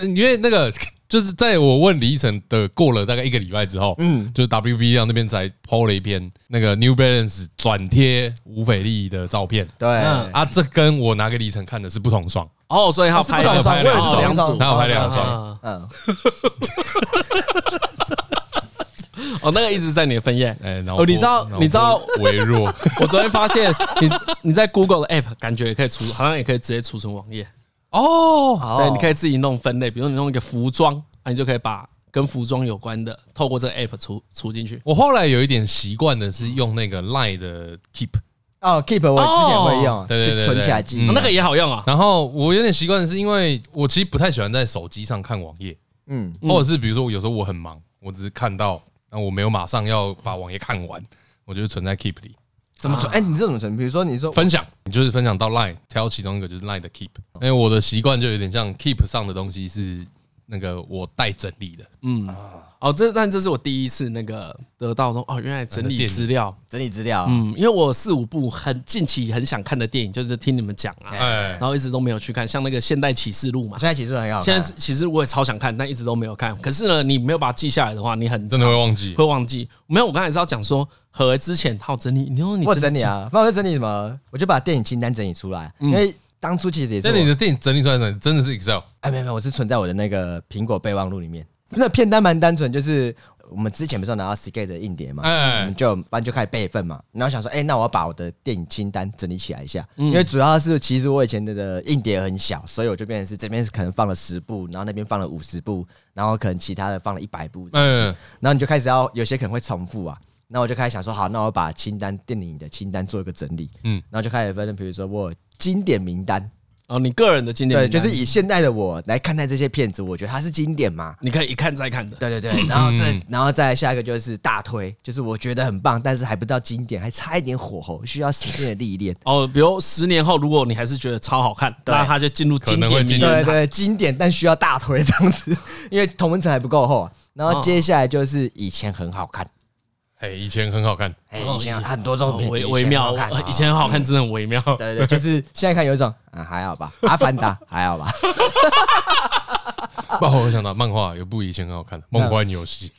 Speaker 5: 对，因为那个就是在我问李依晨的过了大概一个礼拜之后，嗯，就是 WB 让那边才 PO 了一篇那个 New Balance 转贴吴斐丽的照片。
Speaker 1: 对，
Speaker 4: 嗯
Speaker 5: 啊，这跟我拿给李晨看的是不同双，
Speaker 4: 哦，所以他拍
Speaker 1: 不同
Speaker 4: 了
Speaker 1: 双
Speaker 5: 拍两
Speaker 1: 我也是
Speaker 5: 双
Speaker 1: 两组
Speaker 5: 他有拍两双，
Speaker 4: 啊
Speaker 1: 嗯，
Speaker 4: 哦，那个一直在你的分页。
Speaker 5: 哎，脑波
Speaker 4: 哦，你知道
Speaker 5: 脑，波
Speaker 4: 你知道，
Speaker 5: 微弱，
Speaker 4: 我昨天发现你你在 Google 的 App 感觉也可以储，好像也可以直接储存网页。
Speaker 5: 哦，
Speaker 4: 对，你可
Speaker 1: 以
Speaker 4: 以自己弄分类，比如你弄一个服装，啊，你就可以把跟服装有关的透过这个 app 除除进去。
Speaker 5: 我后来有一点习惯的是用那个 Line 的 Keep，
Speaker 1: 哦，Keep 我之前会用，
Speaker 5: 对对对对
Speaker 1: 就存起来记
Speaker 5: 嗯
Speaker 4: 啊。那个也好用啊，
Speaker 5: 然后我有点习惯的是，因为我其实不太喜欢在手机上看网页，
Speaker 1: 嗯，
Speaker 5: 或者是比如说我有时候我很忙，我只是看到，然后我没有马上要把网页看完，我就是存在 Keep 里
Speaker 1: 怎么存？哎，你这种存，比如说你说
Speaker 5: 分享，你就是分享到 Line，挑其中一个就是 Line 的 Keep，因
Speaker 1: 哦
Speaker 5: 为我的习惯就有点像 Keep 上的东西是那个我待整理的，
Speaker 4: 哦，这但这是我第一次那个得到说，哦，原来整理资料，
Speaker 1: 整理资料，
Speaker 4: 嗯，因为我有四五部很近期很想看的电影，就是听你们讲啊，
Speaker 5: 哎
Speaker 4: 然，后一直都没有去看，像那个《现代启示录》嘛
Speaker 1: 现，在其实很好看，
Speaker 4: 现在其实我也超想看，但一直都没有看。可是呢，你没有把它记下来的话，你很
Speaker 5: 真的会忘记
Speaker 4: 会。忘记。没有，我刚才是要讲说，和之前他有整理，你说你
Speaker 1: 我整嗯理啊，不然我整理什么？我就把电影清单整理出来，因为当初其实也是
Speaker 5: 但
Speaker 1: 我
Speaker 5: 你的电影整理出来的时候真的是 Excel，
Speaker 1: 哎，没有没有，我是存在我的那个苹果备忘录里面。那片单蛮单纯，就是我们之前不是有拿到 Skate 的硬碟嘛，
Speaker 5: 哎
Speaker 1: 我们就班就开始备份嘛。然后想说，哎、那我要把我的电影清单整理起来一下，因为主要是其实我以前的硬碟很小，所以我就变成是这边可能放了十部，然后那边放了五十部，然后可能其他的放了一百部这样
Speaker 5: 嗯，
Speaker 1: 然后你就开始要有些可能会重复啊。那我就开始想说，好，那我把清单电影的清单做一个整理，
Speaker 5: 嗯
Speaker 1: 嗯，然后就开始分，比如说我有经典名单，
Speaker 4: 哦，你个人的经典
Speaker 1: 对，
Speaker 4: 名
Speaker 1: 就
Speaker 4: 单，
Speaker 1: 是以现在的我来看待这些片子，我觉得它是经典嘛。
Speaker 4: 你可以一看再看的。
Speaker 1: 对对对，
Speaker 5: 嗯
Speaker 1: 然后再然后再下一个就是大推，就是我觉得很棒，但是还不到经典，还差一点火候，需要时间的 历练。
Speaker 4: 哦，比如十年后，如果你还是觉得超好看，
Speaker 1: 对
Speaker 4: 那它就进入经典
Speaker 5: 可能会进
Speaker 4: 名
Speaker 5: 入
Speaker 4: 单
Speaker 1: 对对，经典但需要大推这样子，因为同文层还不够厚啊。然
Speaker 5: 哦
Speaker 1: 后接下来就是以前很好看，
Speaker 5: 哎，以前很好看，
Speaker 1: 哎，以前很多这种
Speaker 5: 哦
Speaker 1: 片
Speaker 4: 哦微
Speaker 1: 比
Speaker 4: 微
Speaker 1: 以前
Speaker 4: 妙哦
Speaker 1: 好
Speaker 5: 呃
Speaker 1: 看啊，
Speaker 4: 以前很好看，真的很微妙。
Speaker 1: 对对，对就是现在看有一种啊还好吧，阿凡达还好吧，
Speaker 5: 漫画我想到漫画有部以前很好看的《梦幻游戏》，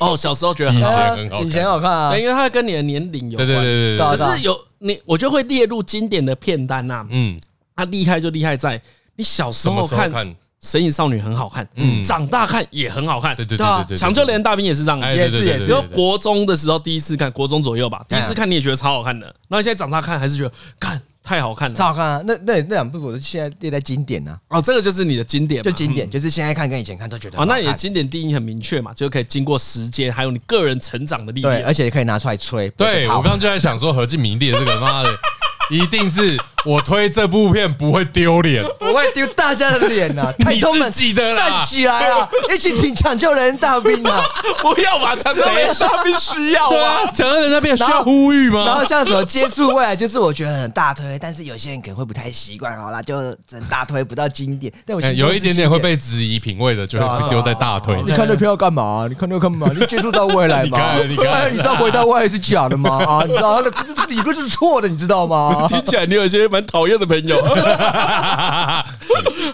Speaker 4: 哦，小时候觉得很
Speaker 5: 以
Speaker 4: 好
Speaker 5: 前
Speaker 4: 看，
Speaker 5: 很好看哎
Speaker 1: 以前好看啊
Speaker 4: 对，因为它跟你的年龄有
Speaker 5: 对
Speaker 4: 关。
Speaker 5: 嗯对对对
Speaker 1: 对
Speaker 5: 对，
Speaker 1: 啊
Speaker 4: 可是有你，我就会列入经典的片单呐、啊。
Speaker 5: 嗯，
Speaker 4: 它厉害就厉害在你小时
Speaker 5: 什么
Speaker 4: 候
Speaker 5: 时候
Speaker 4: 看
Speaker 5: 看
Speaker 4: 《神隐少女》很好看，
Speaker 5: 嗯
Speaker 4: 长大看也很好看。
Speaker 5: 对对对
Speaker 1: 对啊
Speaker 5: 对对，
Speaker 4: 抢救雷恩大兵也是这样。
Speaker 5: 哎，
Speaker 4: 子。
Speaker 5: 对对对
Speaker 1: 也
Speaker 5: 对
Speaker 1: 是
Speaker 4: 只有
Speaker 5: 对对哎
Speaker 4: 国中的时候第一次看，国中左右吧，第一次看你也觉得超好看的，然后你现在长大看还是觉得看太好看
Speaker 1: 超
Speaker 4: 了。
Speaker 1: 好看啊！那那那两部我都现在列在经典啊，
Speaker 4: 哦，这个就是你的经典嘛，
Speaker 1: 就经典，就是现在看跟以前看都觉得
Speaker 4: 哦，
Speaker 1: 很好
Speaker 4: 那
Speaker 1: 看
Speaker 4: 你的经典定义很明确嘛，就可以经过时间，还有你个人成长的历
Speaker 1: 对，
Speaker 4: 练。
Speaker 1: 而且可以拿出来吹。不会被
Speaker 5: 对
Speaker 1: 泡
Speaker 5: 我刚刚就在想说何敬明列这个妈的， 一定是我推这部片不会丢脸，
Speaker 1: 我会丢大家的脸呐、啊！太
Speaker 5: 你
Speaker 1: 通
Speaker 5: 自
Speaker 1: 们
Speaker 5: 己的啦
Speaker 1: 站，起来啊，一起挺抢救人大兵啊！
Speaker 4: 不要把抢救雷大兵需要
Speaker 5: 对啊，讲到人家变需要呼吁
Speaker 1: 然后
Speaker 5: 吗？
Speaker 1: 像什么接触未来，就是我觉得很大推，但是有些人可能会不太习惯，好啦，就真大推不到经典。但我
Speaker 5: 哎
Speaker 1: 心中
Speaker 5: 有
Speaker 1: 是
Speaker 5: 一点
Speaker 1: 经
Speaker 5: 点会。被质疑品味的，就会被丢在大腿。
Speaker 1: 你看那票干嘛？你看那干嘛？你接触到未来
Speaker 5: 你
Speaker 1: 吗？
Speaker 5: 看你看
Speaker 1: 哎你知道回到未来是假的吗？啊，你知道那这这理论是错的，你知道吗？
Speaker 4: 听起来你有一些蛮讨厌的朋友，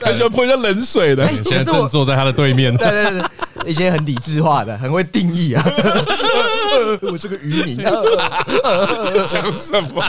Speaker 4: 很喜欢泼人家冷水的。
Speaker 1: 哎
Speaker 5: 现在
Speaker 1: 可是我
Speaker 5: 正坐在他的对面，
Speaker 1: 对对对对，一些很理智化的，很会定义啊。我是个渔民啊。
Speaker 2: 讲什么？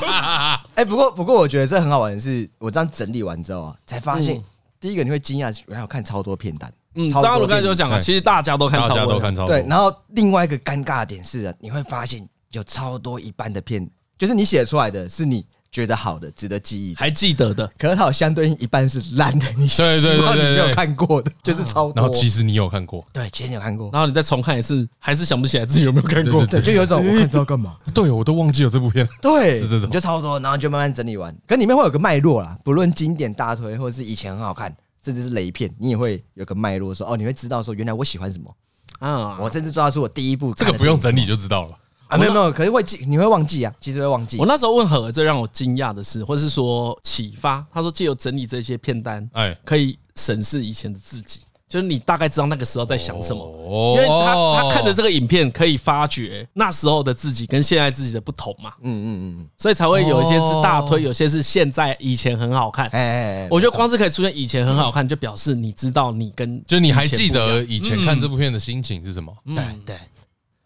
Speaker 1: 哎，不过不过，我觉得这很好玩的是，我这样整理完之后啊，才发现，第一个你会惊讶，原来我看超多片段，
Speaker 4: 嗯，
Speaker 1: 超
Speaker 4: 张
Speaker 1: 多
Speaker 4: 翰鲁刚才
Speaker 1: 片
Speaker 4: 就讲了，
Speaker 5: 哎
Speaker 4: 其实大家都看
Speaker 5: 大
Speaker 4: 超
Speaker 5: 家都
Speaker 4: 过，
Speaker 5: 看超
Speaker 1: 对，
Speaker 5: 多
Speaker 1: 然后另外一个尴尬的点是啊，你会发现有超多一半的片，就是你写出来的是你觉得好的、值得记忆的，
Speaker 4: 还记得的。
Speaker 1: 可是它有相对应一半是烂的，你希
Speaker 5: 对对对
Speaker 1: 望你
Speaker 5: 对
Speaker 1: 没
Speaker 5: 对
Speaker 1: 有看过的，就是超多。
Speaker 5: 然后其实你有看过，
Speaker 1: 对，其实你有看过，
Speaker 4: 啊然后你再重看一次，还是想不起来自己有没有看过。
Speaker 1: 对，就有一种我看知道干嘛，
Speaker 5: 对我都忘记有这部片，
Speaker 1: 对，
Speaker 5: 是这种
Speaker 1: 你就超多，然后你就慢慢整理完，可里面会有个脉络啦，不论经典大推或者是以前很好看。甚至是雷片，你也会有个脉络说哦，你会知道说原来我喜欢什么，
Speaker 4: 啊，
Speaker 1: 我甚至抓出我第一部
Speaker 5: 这个
Speaker 1: 看的
Speaker 5: 不用整
Speaker 1: 片
Speaker 5: 理
Speaker 1: 是
Speaker 5: 就知道了。
Speaker 1: 什么啊，没有没有，可是会记，你会忘记啊，其实会忘记
Speaker 4: 我。那时候问何，最让我惊讶的是，或是说启发，他说借由整理这些片单，
Speaker 5: 哎，
Speaker 4: 可以审视以前的自己，就是你大概知道那个时候在想什么。
Speaker 5: 哦
Speaker 4: 因为他他看的这个影片，可以发觉那时候的自己跟现在自己的不同嘛，
Speaker 1: 嗯嗯嗯嗯，
Speaker 4: 所以才会有一些是大推，
Speaker 5: 哦
Speaker 4: 有些是现在以前很好看。
Speaker 1: 哎哎哎，
Speaker 4: 我觉得光是可以出现以前很好看，就表示你知道你跟
Speaker 5: 就你还记得以前看这部片的心情是什么？
Speaker 1: 对对，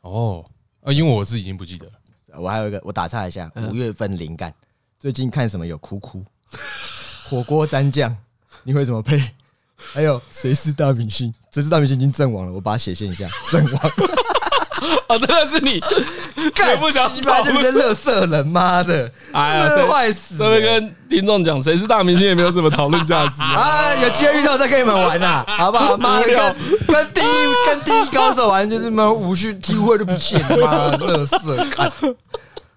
Speaker 5: 哦，啊，因为我是已经不记得了。
Speaker 1: 我还有一个，我打岔一下，五月份灵感，最近看什么有哭哭， 火锅蘸酱，你会怎么配？ 还有谁是大明星？谁是大明星已经阵亡了，我把它写线一下，阵亡。
Speaker 4: 哦，这个是你，
Speaker 1: 干
Speaker 4: 不想
Speaker 1: 鸡巴
Speaker 4: 讨
Speaker 1: 就
Speaker 4: 论
Speaker 1: 是乐色人，妈 的，
Speaker 4: 哎呀，
Speaker 1: 乐
Speaker 4: 谁
Speaker 1: 坏死
Speaker 4: 这位
Speaker 1: 了！
Speaker 4: 跟听众讲，谁是大明星也没有什么讨论价值。
Speaker 1: 啊，有机会遇到再跟你们玩啦，好不好？妈的，跟跟第一跟第一高手玩，就是妈无序体会都不见，妈乐色看。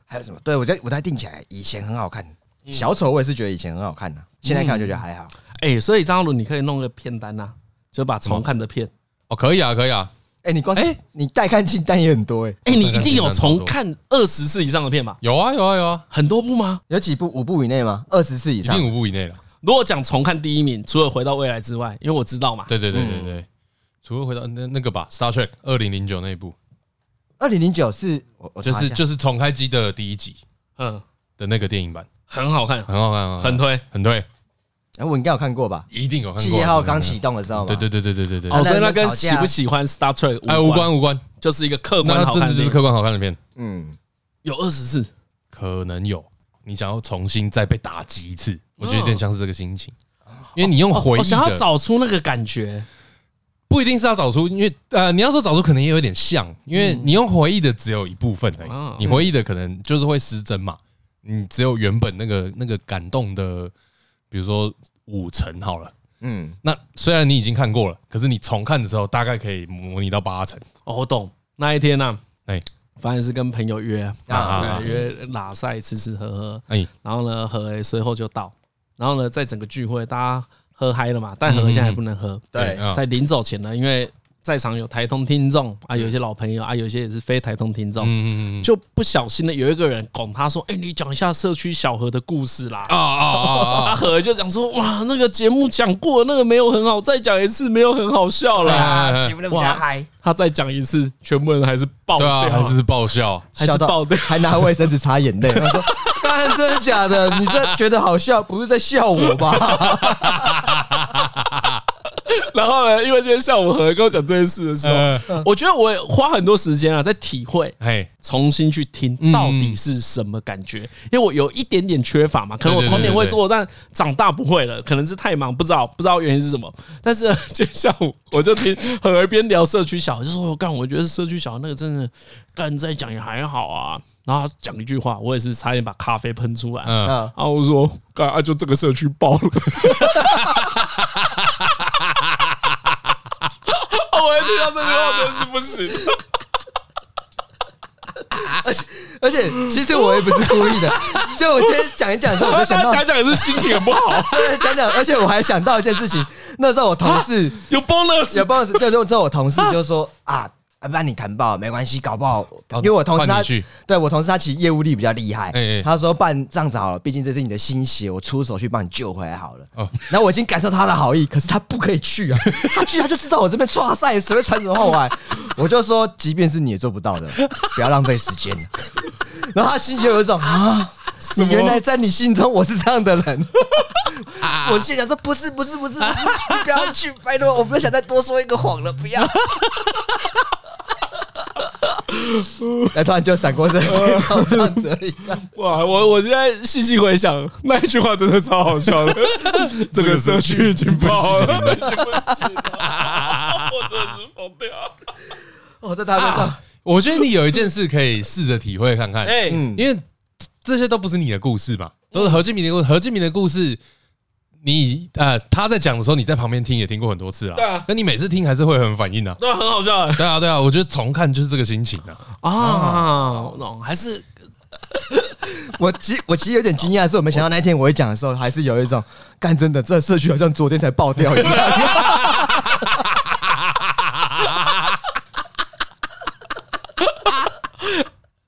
Speaker 1: 还有什么？对我在我在定起来，以前很好看，
Speaker 5: 嗯
Speaker 1: 小丑我也是觉得以前很好看的，现在看就觉得还好。
Speaker 4: 哎，所以张翰鲁，你可以弄个片单呐，就把重看的片。
Speaker 5: 哦，可以啊，可以啊，
Speaker 1: 哎、你光是、你带看清单也很多哎、
Speaker 4: 哎、你一定有重看二十次以上的片吧？
Speaker 5: 有啊，有啊，有啊，
Speaker 4: 很多部吗？
Speaker 1: 有几部五部以内吗？二十次以
Speaker 5: 一
Speaker 1: 上
Speaker 5: 定？五部以内了。
Speaker 4: 如果讲重看第一名，除了《回到未来》之外，因为我知道嘛，
Speaker 5: 对对对
Speaker 4: 嗯
Speaker 5: 对对，除了回到那那个吧，《Star Trek》二零零九那一部，
Speaker 1: 二零零九是我我
Speaker 5: 就是
Speaker 1: 就
Speaker 5: 就是重开机的第一集
Speaker 4: 嗯，
Speaker 5: 的那个电影版，
Speaker 4: 很好看，
Speaker 5: 很好看啊，
Speaker 4: 很推。
Speaker 5: 很对，
Speaker 1: 哎、我应该有看过吧？
Speaker 5: 一定有看过。啊
Speaker 1: 企业号刚启动的时候嘛，
Speaker 5: 对对对对对对对
Speaker 4: 哦，
Speaker 5: 对，
Speaker 1: 啊
Speaker 4: 所以那
Speaker 1: 那你们
Speaker 4: 跟
Speaker 1: 吵
Speaker 4: 喜
Speaker 1: 架
Speaker 4: 不喜欢《Star Trek》
Speaker 5: 哎，无关，无关，
Speaker 4: 就是一个啊客观
Speaker 5: 那
Speaker 4: 好
Speaker 5: 它真
Speaker 4: 看
Speaker 5: 的
Speaker 4: 的
Speaker 5: 就是
Speaker 4: 片。
Speaker 5: 客观好看的片，
Speaker 1: 嗯，
Speaker 4: 有二十次
Speaker 5: 可能有你想要重新再被打击一次，我觉得有点像是这个心情，
Speaker 4: 哦
Speaker 5: 因为你用回
Speaker 4: 我
Speaker 5: 忆
Speaker 4: 想要
Speaker 5: 的。
Speaker 4: 找出那个感觉。
Speaker 5: 不一定是要找出，因为呃，你要说找出，可能也有点像，因为你用回忆的只有一部分而
Speaker 4: 嗯
Speaker 5: 已，你回忆的可能就是会失真嘛，你只有原本那个那个感动的，比如说五成好了。
Speaker 1: 嗯，
Speaker 5: 那虽然你已经看过了，可是你重看的时候大概可以模拟到八成。
Speaker 4: 哦，我懂。那一天呢、啊，
Speaker 5: 哎
Speaker 4: 反正是跟朋友约
Speaker 5: 啊啊
Speaker 4: 啊
Speaker 5: 啊，
Speaker 4: 约拉塞吃吃喝喝，
Speaker 5: 哎，
Speaker 4: 然后呢，何随后就到，然后呢，在整个聚会大家喝嗨了嘛，但何现在还不能喝，
Speaker 1: 对，
Speaker 5: 啊
Speaker 4: 在临走前呢，因为在场有台通听众啊，有一些老朋友啊，有一些也是非台通听众，
Speaker 5: 嗯嗯嗯嗯
Speaker 4: 就不小心的有一个人拱他说：“哎，你讲一下社区小何的故事啦。”
Speaker 5: 啊啊啊
Speaker 4: 阿
Speaker 5: 啊！
Speaker 4: 何就讲说：“哇，那个节目讲过，那个没有很好，再讲一次没有很好笑啦。
Speaker 5: 哎哎哎
Speaker 1: 节目那么加嗨，
Speaker 4: 他再讲一次，全部人还是爆
Speaker 5: 对
Speaker 4: 掉，
Speaker 5: 啊，还是爆笑。
Speaker 4: 还是
Speaker 1: 笑到
Speaker 4: 爆掉。
Speaker 1: 还拿卫生纸擦眼泪。我说：“ 干，真的假的？你是觉得好笑，不是在笑我吧？”
Speaker 4: 然后呢，因为今天下午何跟我讲这件事的时候，
Speaker 5: 呃，
Speaker 4: 我觉得我也花很多时间啊，在体会。
Speaker 5: 嘿，
Speaker 4: 重新去听
Speaker 5: 嗯
Speaker 4: 到底是什么感觉，因为我有一点点缺乏嘛，可能我
Speaker 5: 对对
Speaker 4: 童年
Speaker 5: 对
Speaker 4: 会
Speaker 5: 对
Speaker 4: 做，但长大不会了，可能是太忙，不知道不知道原因是什么。但是 今天下午我就听很耳边聊社区小孩，就说哦我干，我觉得社区小孩那个真的干再讲也还好啊。然后他讲一句话，我也是差点把咖啡喷出来。
Speaker 5: 嗯，
Speaker 1: 啊，
Speaker 4: 啊，我说干啊，就这个社区爆了。我一听到这句话真的是不行。
Speaker 1: 而且其实我也不是故意的，就我今天讲一讲的时候，我就想
Speaker 4: 大
Speaker 1: 到
Speaker 4: 家讲讲也是心情很不好，
Speaker 1: 对讲讲，而且我还想到一件事情，那时候我同事
Speaker 4: 有 bonus
Speaker 1: 有帮我，就就之后我同事就 说啊。啊，不然你谈爆没关系，搞不好，因为我同事
Speaker 5: 哦换
Speaker 1: 他
Speaker 5: 你去
Speaker 1: 对我同事他其实业务力比较厉害，
Speaker 5: 哎哎
Speaker 1: 他说办这样子好了，毕竟这是你的心血，我出手去帮你救回来好了。
Speaker 5: 哦
Speaker 1: 然后我已经感受他的好意，可是他不可以去啊，他去他就知道我这边错赛，谁会传什么后来？我就说，即便是你也做不到的，不要浪费时间。然后他心里就有一种啊，你原来在你心中我是这样的人。
Speaker 5: 啊
Speaker 1: 我心里想说，不是不是不是不是，你不要去，拜托，我不想再多说一个谎了，不要。哎，突然就闪过这个，这样子而已。
Speaker 4: 哇！我我现在细细回想那一句话，真的超好笑 的。这个社区已经爆了，哦
Speaker 2: 我真的是疯掉。
Speaker 1: 哦，在大街上，
Speaker 5: 我觉得你有一件事可以试着体会看看，
Speaker 2: 哎，
Speaker 1: 嗯，
Speaker 5: 因为这些都不是你的故事嘛，都是何敬明的故事。何敬明的故事，你呃他在讲的时候，你在旁边听也听过很多次了，
Speaker 2: 对啊
Speaker 5: 那你每次听还是会很反应啊。
Speaker 2: 那很好笑哎。
Speaker 5: 对啊，对啊，我觉得重看就是这个心情啊。
Speaker 4: 啊，我懂，还是
Speaker 1: 我其我其实有点惊讶，是我没想到那一天我会讲的时候，还是有一种干真的，这社区好像昨天才爆掉一样。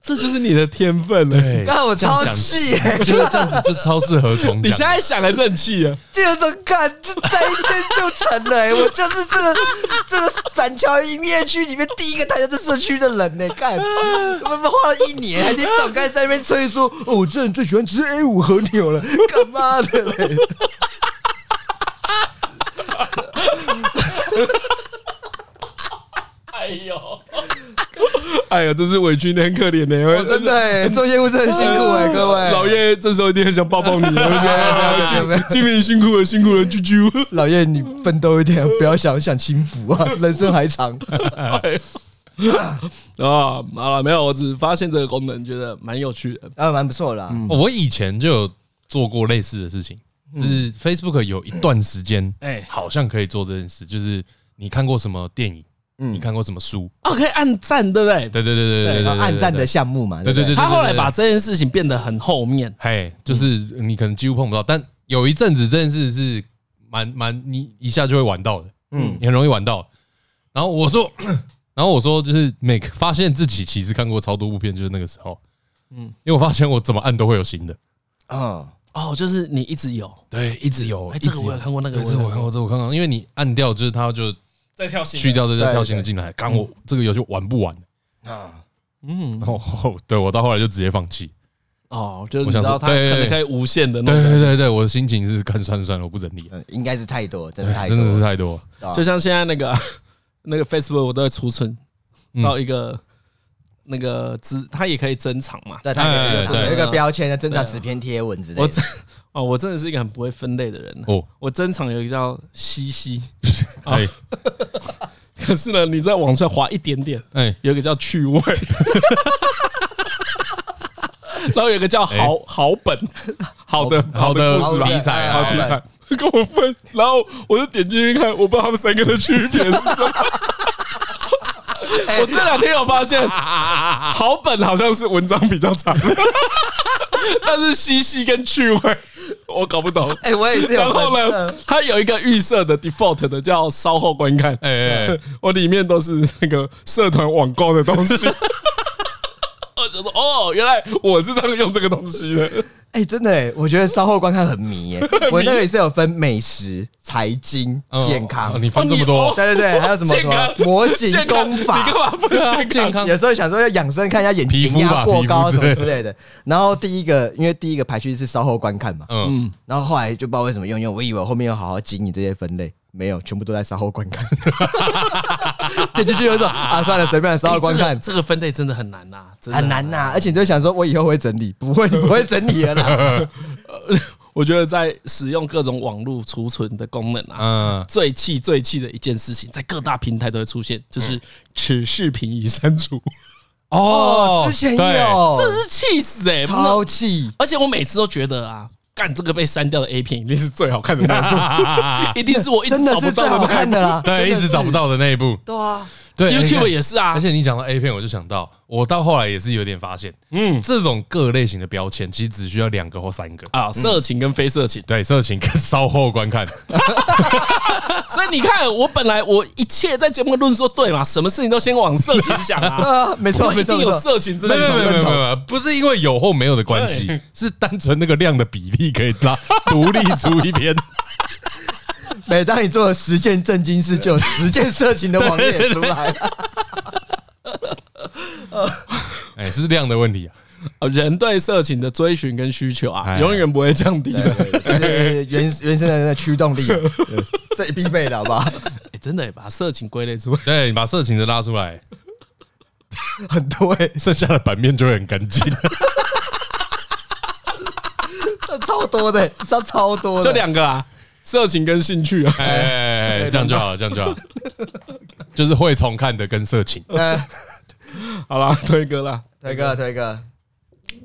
Speaker 4: 这就是你的天分了。
Speaker 5: 对，
Speaker 1: 看我超
Speaker 5: 这样讲
Speaker 1: 气耶、
Speaker 5: 就是这样子，就超适合重
Speaker 4: 你
Speaker 5: 讲
Speaker 4: 现。在想还是很气啊！
Speaker 1: 这种看，这在一天就成了、欸。我就是这个这个板桥营业区里面第一个参加这社区的人呢、欸。看，我们花了一年，还得总干在那边吹说，哦，我这人最喜欢吃 A 五和牛了，干嘛的嘞？
Speaker 2: 哎呦，
Speaker 4: 哎呀，真是委屈的，很可怜的。
Speaker 1: 我真的、欸，做业务是很辛苦
Speaker 4: 欸
Speaker 1: 哎、各位。
Speaker 4: 老叶这时候一定很想抱 抱你 了。
Speaker 1: 没有没有
Speaker 4: 经理辛苦了，辛苦了，啾啾。
Speaker 1: 老叶，你奋斗一点，不要想享清 福啊，人生还长。
Speaker 4: 啊，好了，没有，我只发现这个功能，觉得蛮有趣的。
Speaker 1: 啊，蛮不错啦。
Speaker 5: 哦我以前就有做过类似的事情，就是 Facebook 有一段时间，哎，好像可以做这件事，就是你看过什么电影，你看过什么书，
Speaker 4: 哦，可以按赞，对不对？
Speaker 5: 对对对对对对对，
Speaker 1: 暗战
Speaker 5: 对
Speaker 1: 的项目嘛，
Speaker 5: 对
Speaker 1: 对
Speaker 5: 对
Speaker 1: 不
Speaker 5: 对，
Speaker 4: 他后来
Speaker 5: 对对
Speaker 4: 把这件事情变得很后面。
Speaker 5: 嘿，就是你可能几乎碰不到，但有一阵子这件事是蛮蛮，你一下就会玩到的，嗯，你很容易玩到。然后我说，然后我说，就是每个发现自己其实看过超多部片，就是那个时候，嗯，因为我发现我怎么按都会有新的，
Speaker 1: 嗯，
Speaker 4: 哦，就是你一直有，
Speaker 5: 对，一直有
Speaker 4: 哎，这个我有看过，那个
Speaker 5: 对，这个我看过，这个我看过，因为你按掉就是它就
Speaker 2: 再跳新的
Speaker 5: 去掉这就
Speaker 1: 对
Speaker 5: 跳新的
Speaker 1: 对
Speaker 5: 进来，看
Speaker 4: 嗯
Speaker 5: 我这个游戏玩不完
Speaker 4: 啊
Speaker 5: 嗯，然后 对我到后来就直接放弃，
Speaker 4: 哦，就是
Speaker 5: 我
Speaker 4: 你
Speaker 5: 想
Speaker 4: 知道
Speaker 5: 说
Speaker 4: 它可
Speaker 5: 对
Speaker 4: 能可以无限的那
Speaker 5: 对对
Speaker 4: 种，
Speaker 5: 对对，我的心情是看算了算了，我不整理了，
Speaker 1: 嗯应该是太多，真的太多，
Speaker 5: 哎真的是太多了。
Speaker 1: 啊
Speaker 4: 就像现在那个 那个 Facebook 我都会储存
Speaker 5: 嗯
Speaker 4: 到一个那个资，它也可以珍藏嘛。
Speaker 1: 对，它有一
Speaker 5: 哎
Speaker 1: 个
Speaker 5: 对
Speaker 1: 有一个标签的增长十篇贴文之类
Speaker 4: 我
Speaker 1: 的
Speaker 4: 真。哦，我真的是一个很不会分类的人。
Speaker 5: 哦
Speaker 4: 我珍藏有一个叫西西，
Speaker 1: 啊
Speaker 5: 哎
Speaker 4: 可是呢，你在往下滑一点点，
Speaker 5: 哎，
Speaker 4: 有一个叫趣 味，然后有一个叫好好本，好的
Speaker 5: 好的
Speaker 4: 故事吧
Speaker 5: 题材
Speaker 4: 好
Speaker 5: 啊，
Speaker 4: 题材，跟我分，然后我就点进去看，我不知道他们三个的区别是什么。哎我这两天有发现，好本好像是文章比较长，但是西西跟趣味我搞不懂。
Speaker 1: 哎，我也是有
Speaker 4: 然后
Speaker 1: 分
Speaker 4: 呢
Speaker 1: 呃的，，
Speaker 4: 它有一个预设的 default 的叫稍后观看，
Speaker 5: 哎哎 哎，
Speaker 4: 我里面都是那个社团网购 的东西。我就说哦，原来我是这样用这个东西的。
Speaker 1: 哎、真的、欸，我觉得稍后观看很迷 耶、我那个也是有分美食、财经、
Speaker 5: 嗯
Speaker 1: 健
Speaker 5: 哦
Speaker 1: 康，
Speaker 5: 你放这么多，
Speaker 1: 对对对，还有什么什
Speaker 4: 健康
Speaker 1: 么模型
Speaker 4: 健康
Speaker 1: 功法
Speaker 4: 你，干嘛不
Speaker 5: 对啊
Speaker 4: 健
Speaker 5: 健
Speaker 4: 康？
Speaker 5: 康
Speaker 1: 有时候想说要养生，看一下眼
Speaker 5: 皮肤
Speaker 1: 眼
Speaker 5: 吧
Speaker 1: 压过高
Speaker 5: 皮肤
Speaker 1: 什
Speaker 5: 之类
Speaker 1: 么
Speaker 5: 的
Speaker 1: 之类的。然后第一个，因为第一个排序是稍后观看嘛，
Speaker 5: 嗯，
Speaker 1: 然后后来就不知道为什么用一用，我以为我后面要好好经营这些分类，没有，全部都在稍后观看。点进去就说啊，算了，随便稍后观
Speaker 4: 哎这
Speaker 1: 看
Speaker 4: 个，这个分类真的很难呐，
Speaker 5: 啊
Speaker 4: 真的
Speaker 1: 很难啊呐。而且你就想说，我以后会整理，不 会，你不会整理了啦。
Speaker 4: 我觉得在使用各种网络储存的功能啊，
Speaker 5: 嗯，
Speaker 4: 最气最气的一件事情，在各大平台都会出现，
Speaker 1: 嗯
Speaker 4: 就是此视频已删除，
Speaker 5: 哦，
Speaker 1: 之前
Speaker 5: 对，
Speaker 1: 有，
Speaker 4: 真的是气死哎！
Speaker 1: 哦超气，
Speaker 4: 而且我每次都觉得啊，干这个被删掉的 A 片一定是最好 看的那一部，一定是我一直
Speaker 1: 真
Speaker 4: 找
Speaker 1: 的
Speaker 4: 不
Speaker 1: 是最
Speaker 4: 到
Speaker 1: 好
Speaker 4: 那一
Speaker 1: 看
Speaker 4: 部。
Speaker 1: 的啦。
Speaker 5: 对，一直找不到的那一部，
Speaker 1: 对啊，
Speaker 5: 对
Speaker 4: YouTube
Speaker 5: 而且
Speaker 4: 也是啊，
Speaker 5: 而且你讲到 A 片，我就想到，我到后来也是有点发现，嗯，这种各类型的标签其实只需要两个或三个，
Speaker 1: 嗯
Speaker 4: 啊，色情跟非色情。
Speaker 5: 对，色情跟稍后观 看，
Speaker 4: 所以你看，我本来我一切在节目论说对嘛，什么事情都先往色情想啊，
Speaker 1: 啊， 没错
Speaker 4: 我
Speaker 1: 没
Speaker 4: 一
Speaker 1: 错
Speaker 4: 定
Speaker 1: 没
Speaker 4: 有
Speaker 1: 错。
Speaker 4: 色情之
Speaker 5: 没
Speaker 4: 类
Speaker 5: 有没有
Speaker 4: 的。
Speaker 5: 没有没有，不是因为有或没有的关系，是单纯那个量的比例可以拉独立出一篇，
Speaker 1: 每当你做了十件正经事，就有十件色情的网页出来了。
Speaker 5: 哎，是量的问题啊，
Speaker 4: 呃人对色情的追寻跟需求啊，
Speaker 5: 哎
Speaker 4: 永远不会降低的。
Speaker 1: 这是原原生的那个驱动力，对这必备的好不好？
Speaker 4: 哎，真的耶把色情归类出来，
Speaker 5: 对你把色情的拉出来，
Speaker 1: 很多哎、
Speaker 5: 剩下的版面就会很干净，
Speaker 1: 这超多的、欸这超多 的，
Speaker 4: 就两个啊，色情跟兴 趣啊。
Speaker 5: 哎，这样就好了，这样就好了，就是会重看的跟色情
Speaker 1: 呃。
Speaker 4: 好啦，推歌啦
Speaker 1: 推哥，推哥，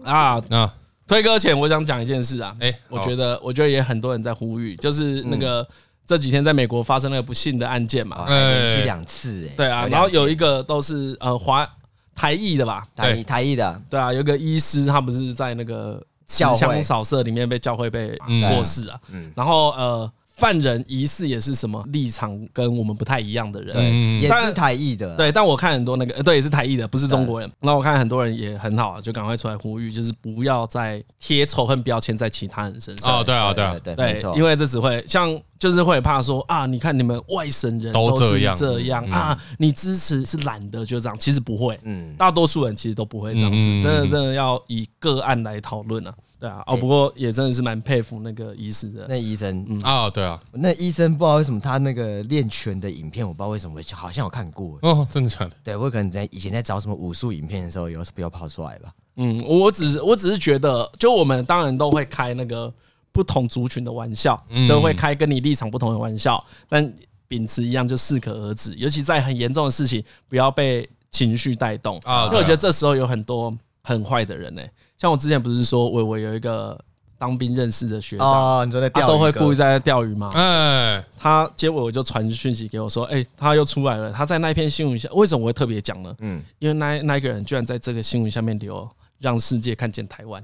Speaker 4: 啊！
Speaker 5: 啊，
Speaker 4: 推歌前我想讲一件事啊，
Speaker 5: 哎
Speaker 4: 我
Speaker 5: 好
Speaker 4: 觉得我觉得也很多人在呼吁，就是那个这几天在美国发生那个不幸的案件嘛，
Speaker 1: 连续两哦次哎、
Speaker 4: 对啊，然后有一个都是呃华台裔的吧，
Speaker 1: 台艺台艺的，
Speaker 4: 对啊，有个医师，他不是在那个持
Speaker 1: 教会
Speaker 4: 枪扫射里面被教会被
Speaker 5: 嗯
Speaker 4: 过世啊。
Speaker 1: 嗯，
Speaker 4: 然后呃，犯人疑似也是什么立场跟我们不太一样的人。
Speaker 1: 对，
Speaker 5: 嗯
Speaker 1: 也
Speaker 4: 但
Speaker 1: 是台艺的，，啊
Speaker 4: 对，但我看很多那个，呃对，也是台裔的，不是中国人。那我看很多人也很好啊，就赶快出来呼吁，就是不要再贴仇恨标签在其他人身上。
Speaker 5: 哦，对啊，对啊
Speaker 1: 对，对，没
Speaker 4: 对
Speaker 1: 错，，
Speaker 4: 因
Speaker 1: 为
Speaker 4: 为这只会像就是会怕说啊，你看你们外省人
Speaker 5: 都
Speaker 4: 是
Speaker 5: 这样嗯
Speaker 4: 这样啊，你支持是懒的就这样，其实不会，
Speaker 1: 嗯，
Speaker 4: 大多数人其实都不会这样子，
Speaker 5: 嗯
Speaker 4: 真
Speaker 5: 嗯
Speaker 4: 的
Speaker 5: 嗯
Speaker 4: 真的要以个案来讨论啊，对啊，哦，不过也真的是蛮佩服那个医师的，
Speaker 1: 那医生，
Speaker 4: 嗯
Speaker 5: 啊，对啊，
Speaker 1: 那医生不知道为什么他那个练拳的影片，我不知道为什么，好像有看过、欸。
Speaker 5: 哦，真的假的？
Speaker 1: 对，我可能在以前在找什么武术影片的时候，有有跑出来吧？
Speaker 4: 嗯，我只是我只是觉得，就我们当然都会开那个不同族群的玩笑，
Speaker 1: 嗯
Speaker 4: 就会开跟你立场不同的玩笑，但秉持一样就适可而止，尤其在很严重的事情，不要被情绪带动
Speaker 5: 啊
Speaker 4: 因为我觉
Speaker 5: 对
Speaker 4: 得
Speaker 5: 啊
Speaker 4: 这时候有很多很坏的人呢、欸像我之前不是说我我有一个当兵认识的学长，
Speaker 1: 哦，你说在
Speaker 4: 他啊
Speaker 1: 钓
Speaker 4: 都
Speaker 1: 鱼
Speaker 4: 会
Speaker 1: 哥
Speaker 4: 故意在那钓鱼吗？
Speaker 5: 哎，
Speaker 4: 他结果我就传讯息给我说，哎、他又出来了。他在那篇新闻下，为什么我会特别讲呢？
Speaker 1: 嗯，
Speaker 4: 因为那那一个人居然在这个新闻下面留让世界看见台湾，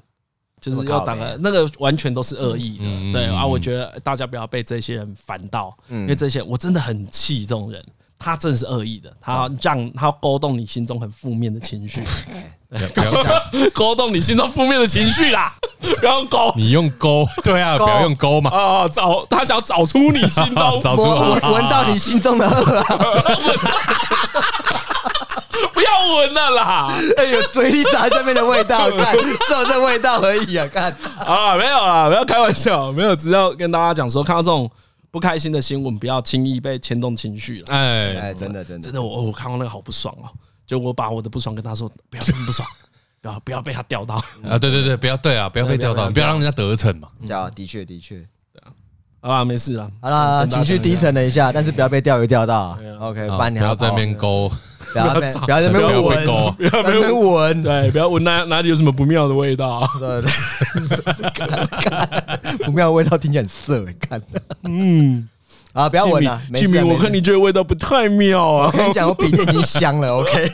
Speaker 4: 就是要打个那个完全都是恶意的，
Speaker 5: 嗯
Speaker 4: 对
Speaker 5: 嗯
Speaker 4: 啊，
Speaker 5: 嗯
Speaker 4: 我觉得大家不要被这些人烦到，
Speaker 1: 嗯
Speaker 4: 因为这些我真的很气这种人。他真的是恶意的，他让他勾动你心中很负面的情 绪，
Speaker 5: 不要
Speaker 4: 勾动你心中负面的情绪啦，不要勾
Speaker 5: 你用勾，对啊，不要用勾嘛，
Speaker 4: 啊，找他想找出你心 中
Speaker 5: 找出
Speaker 1: 我
Speaker 5: 啊
Speaker 1: 我闻到你心中的恶啊！
Speaker 4: 不要闻了啦，
Speaker 1: 哎呦，嘴里长下面的味道，看只有这味道而已啊！看，
Speaker 4: 啊，没有啊，不要开玩笑，没有，只要跟大家讲说，看到这种不开心的新闻，不要轻易被牵动情绪了。
Speaker 5: 哎，
Speaker 1: 哎，真的真的
Speaker 4: 真的，我我看到那个好不爽哦，就我把我的不爽跟他说，不要这么不爽，不要不要被他钓到，
Speaker 5: 啊，对对对，不要对啊，不要被钓嗯到，不要让人家得逞嘛。
Speaker 1: 对啊，的确的确。
Speaker 4: 好啦，没事啦。
Speaker 1: 好啦，情绪低沉了一下，但是不要被钓鱼钓到啊。OK，不
Speaker 5: 啊
Speaker 1: 然
Speaker 5: 不
Speaker 1: 你
Speaker 5: 要
Speaker 1: 要
Speaker 5: 在那边
Speaker 1: 跑
Speaker 5: 勾，
Speaker 1: 不要在不要在那
Speaker 5: 不要
Speaker 1: 边
Speaker 5: 被勾
Speaker 1: 闻，，不要在那边 闻。
Speaker 4: 对，啊不要闻哪哪里有什么不妙的味道啊、
Speaker 1: 对对，看不妙的味道听起来很涩，看。嗯，啊，不要闻了，没
Speaker 4: 吉
Speaker 1: 事
Speaker 4: 米，
Speaker 1: 啊。
Speaker 4: 吉米我
Speaker 1: 没事
Speaker 4: 看你这个味道不太妙啊
Speaker 1: 我。跟你讲，我笔电已经香了，OK，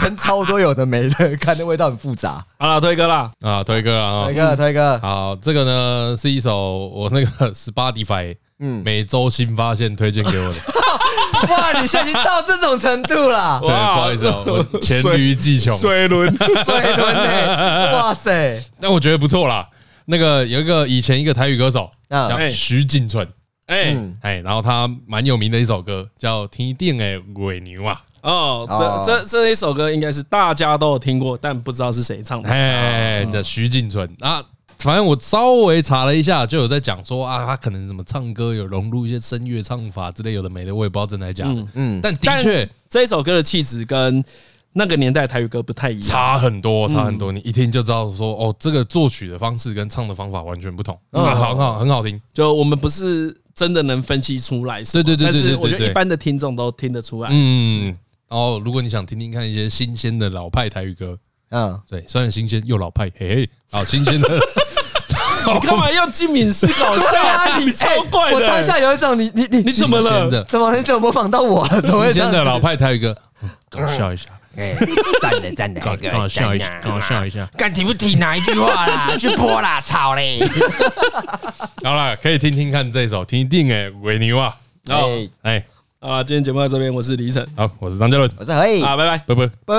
Speaker 1: 喷超多有的没的，看那味道很复杂。
Speaker 4: 好啦，推哥啦，
Speaker 5: 啊，推歌啊
Speaker 1: 推。哥，推哥，
Speaker 5: 好，这个呢是一首我那个 Spotify
Speaker 1: 嗯
Speaker 5: 每周新发现推荐给 我的，
Speaker 1: 哇，你现在已经到这种程度 了
Speaker 5: 对，，不好意思哦，我黔驴技穷，
Speaker 4: 水轮，
Speaker 1: 水轮呢？哇塞，
Speaker 5: 但我觉得不错啦。那个有一个以前一个台语歌手
Speaker 1: 嗯
Speaker 5: 叫徐锦纯，
Speaker 2: 哎、
Speaker 1: 嗯
Speaker 5: 哎，然后他蛮有名的一首歌叫《天定的鬼牛》啊，
Speaker 4: 哦
Speaker 1: 哦，
Speaker 4: 这这这一首歌应该是大家都有听过，但不知道是谁唱
Speaker 1: 嗯
Speaker 4: 的。
Speaker 5: 哎，叫徐锦纯啊。反正我稍微查了一下，就有在讲说啊，他可能怎么唱歌有融入一些声乐唱法之类有的没的，我也不知道真的还是假的。
Speaker 1: 嗯，
Speaker 5: 但的确
Speaker 4: 这一首歌的气质跟那个年代的台语歌不太一样。
Speaker 5: 差很多，差很多。
Speaker 1: 嗯
Speaker 5: 你一听就知道说，哦，这个作曲的方式跟唱的方法完全不同，
Speaker 1: 嗯
Speaker 5: 那很好，很好听。
Speaker 4: 就我们不是真的能分析出来什么，
Speaker 5: 对对对对对
Speaker 4: 但是我觉得
Speaker 5: 对对
Speaker 4: 一般的听众都听得出来。
Speaker 5: 嗯，然后如果你想听听看一些新鲜的老派台语歌，
Speaker 1: 嗯，
Speaker 5: 对，虽然新鲜又老派，嘿嘿，好新鲜 的。
Speaker 4: 你干嘛用金哎敏师 搞
Speaker 5: 啊
Speaker 4: 笑？你超怪
Speaker 1: 啊哎我当
Speaker 4: 的，
Speaker 1: 下有一种你你你
Speaker 4: 你怎么
Speaker 5: 新鲜
Speaker 4: 了？
Speaker 5: 的
Speaker 1: 怎么你怎么模仿到我了？怎么会
Speaker 5: 新
Speaker 1: 这
Speaker 5: 鲜
Speaker 1: 样子
Speaker 5: 的老派台语歌，嗯搞笑一下，
Speaker 7: 哎，站着站着，
Speaker 5: 搞搞笑一下，搞笑一下。
Speaker 7: 啊干提不提哪一句话啦？去泼啦，操嘞！
Speaker 5: 好了，可以听听看这首，听定哎，维尼哇。
Speaker 1: 哎，
Speaker 5: 哎，
Speaker 4: 啊，今天节目到这边，我是李晨，
Speaker 5: 好，我是张嘉伦，
Speaker 1: 我说嘿，
Speaker 4: 啊，拜拜。
Speaker 5: 拜拜。
Speaker 1: 不，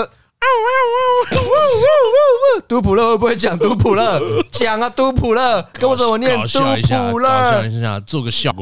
Speaker 1: 杜普勒会不会讲杜普勒？讲啊，杜普勒，跟我说我念
Speaker 5: 搞
Speaker 1: 杜
Speaker 5: 笑一下，
Speaker 1: 普
Speaker 5: 搞
Speaker 1: 勒
Speaker 5: 笑。一下，做个效果。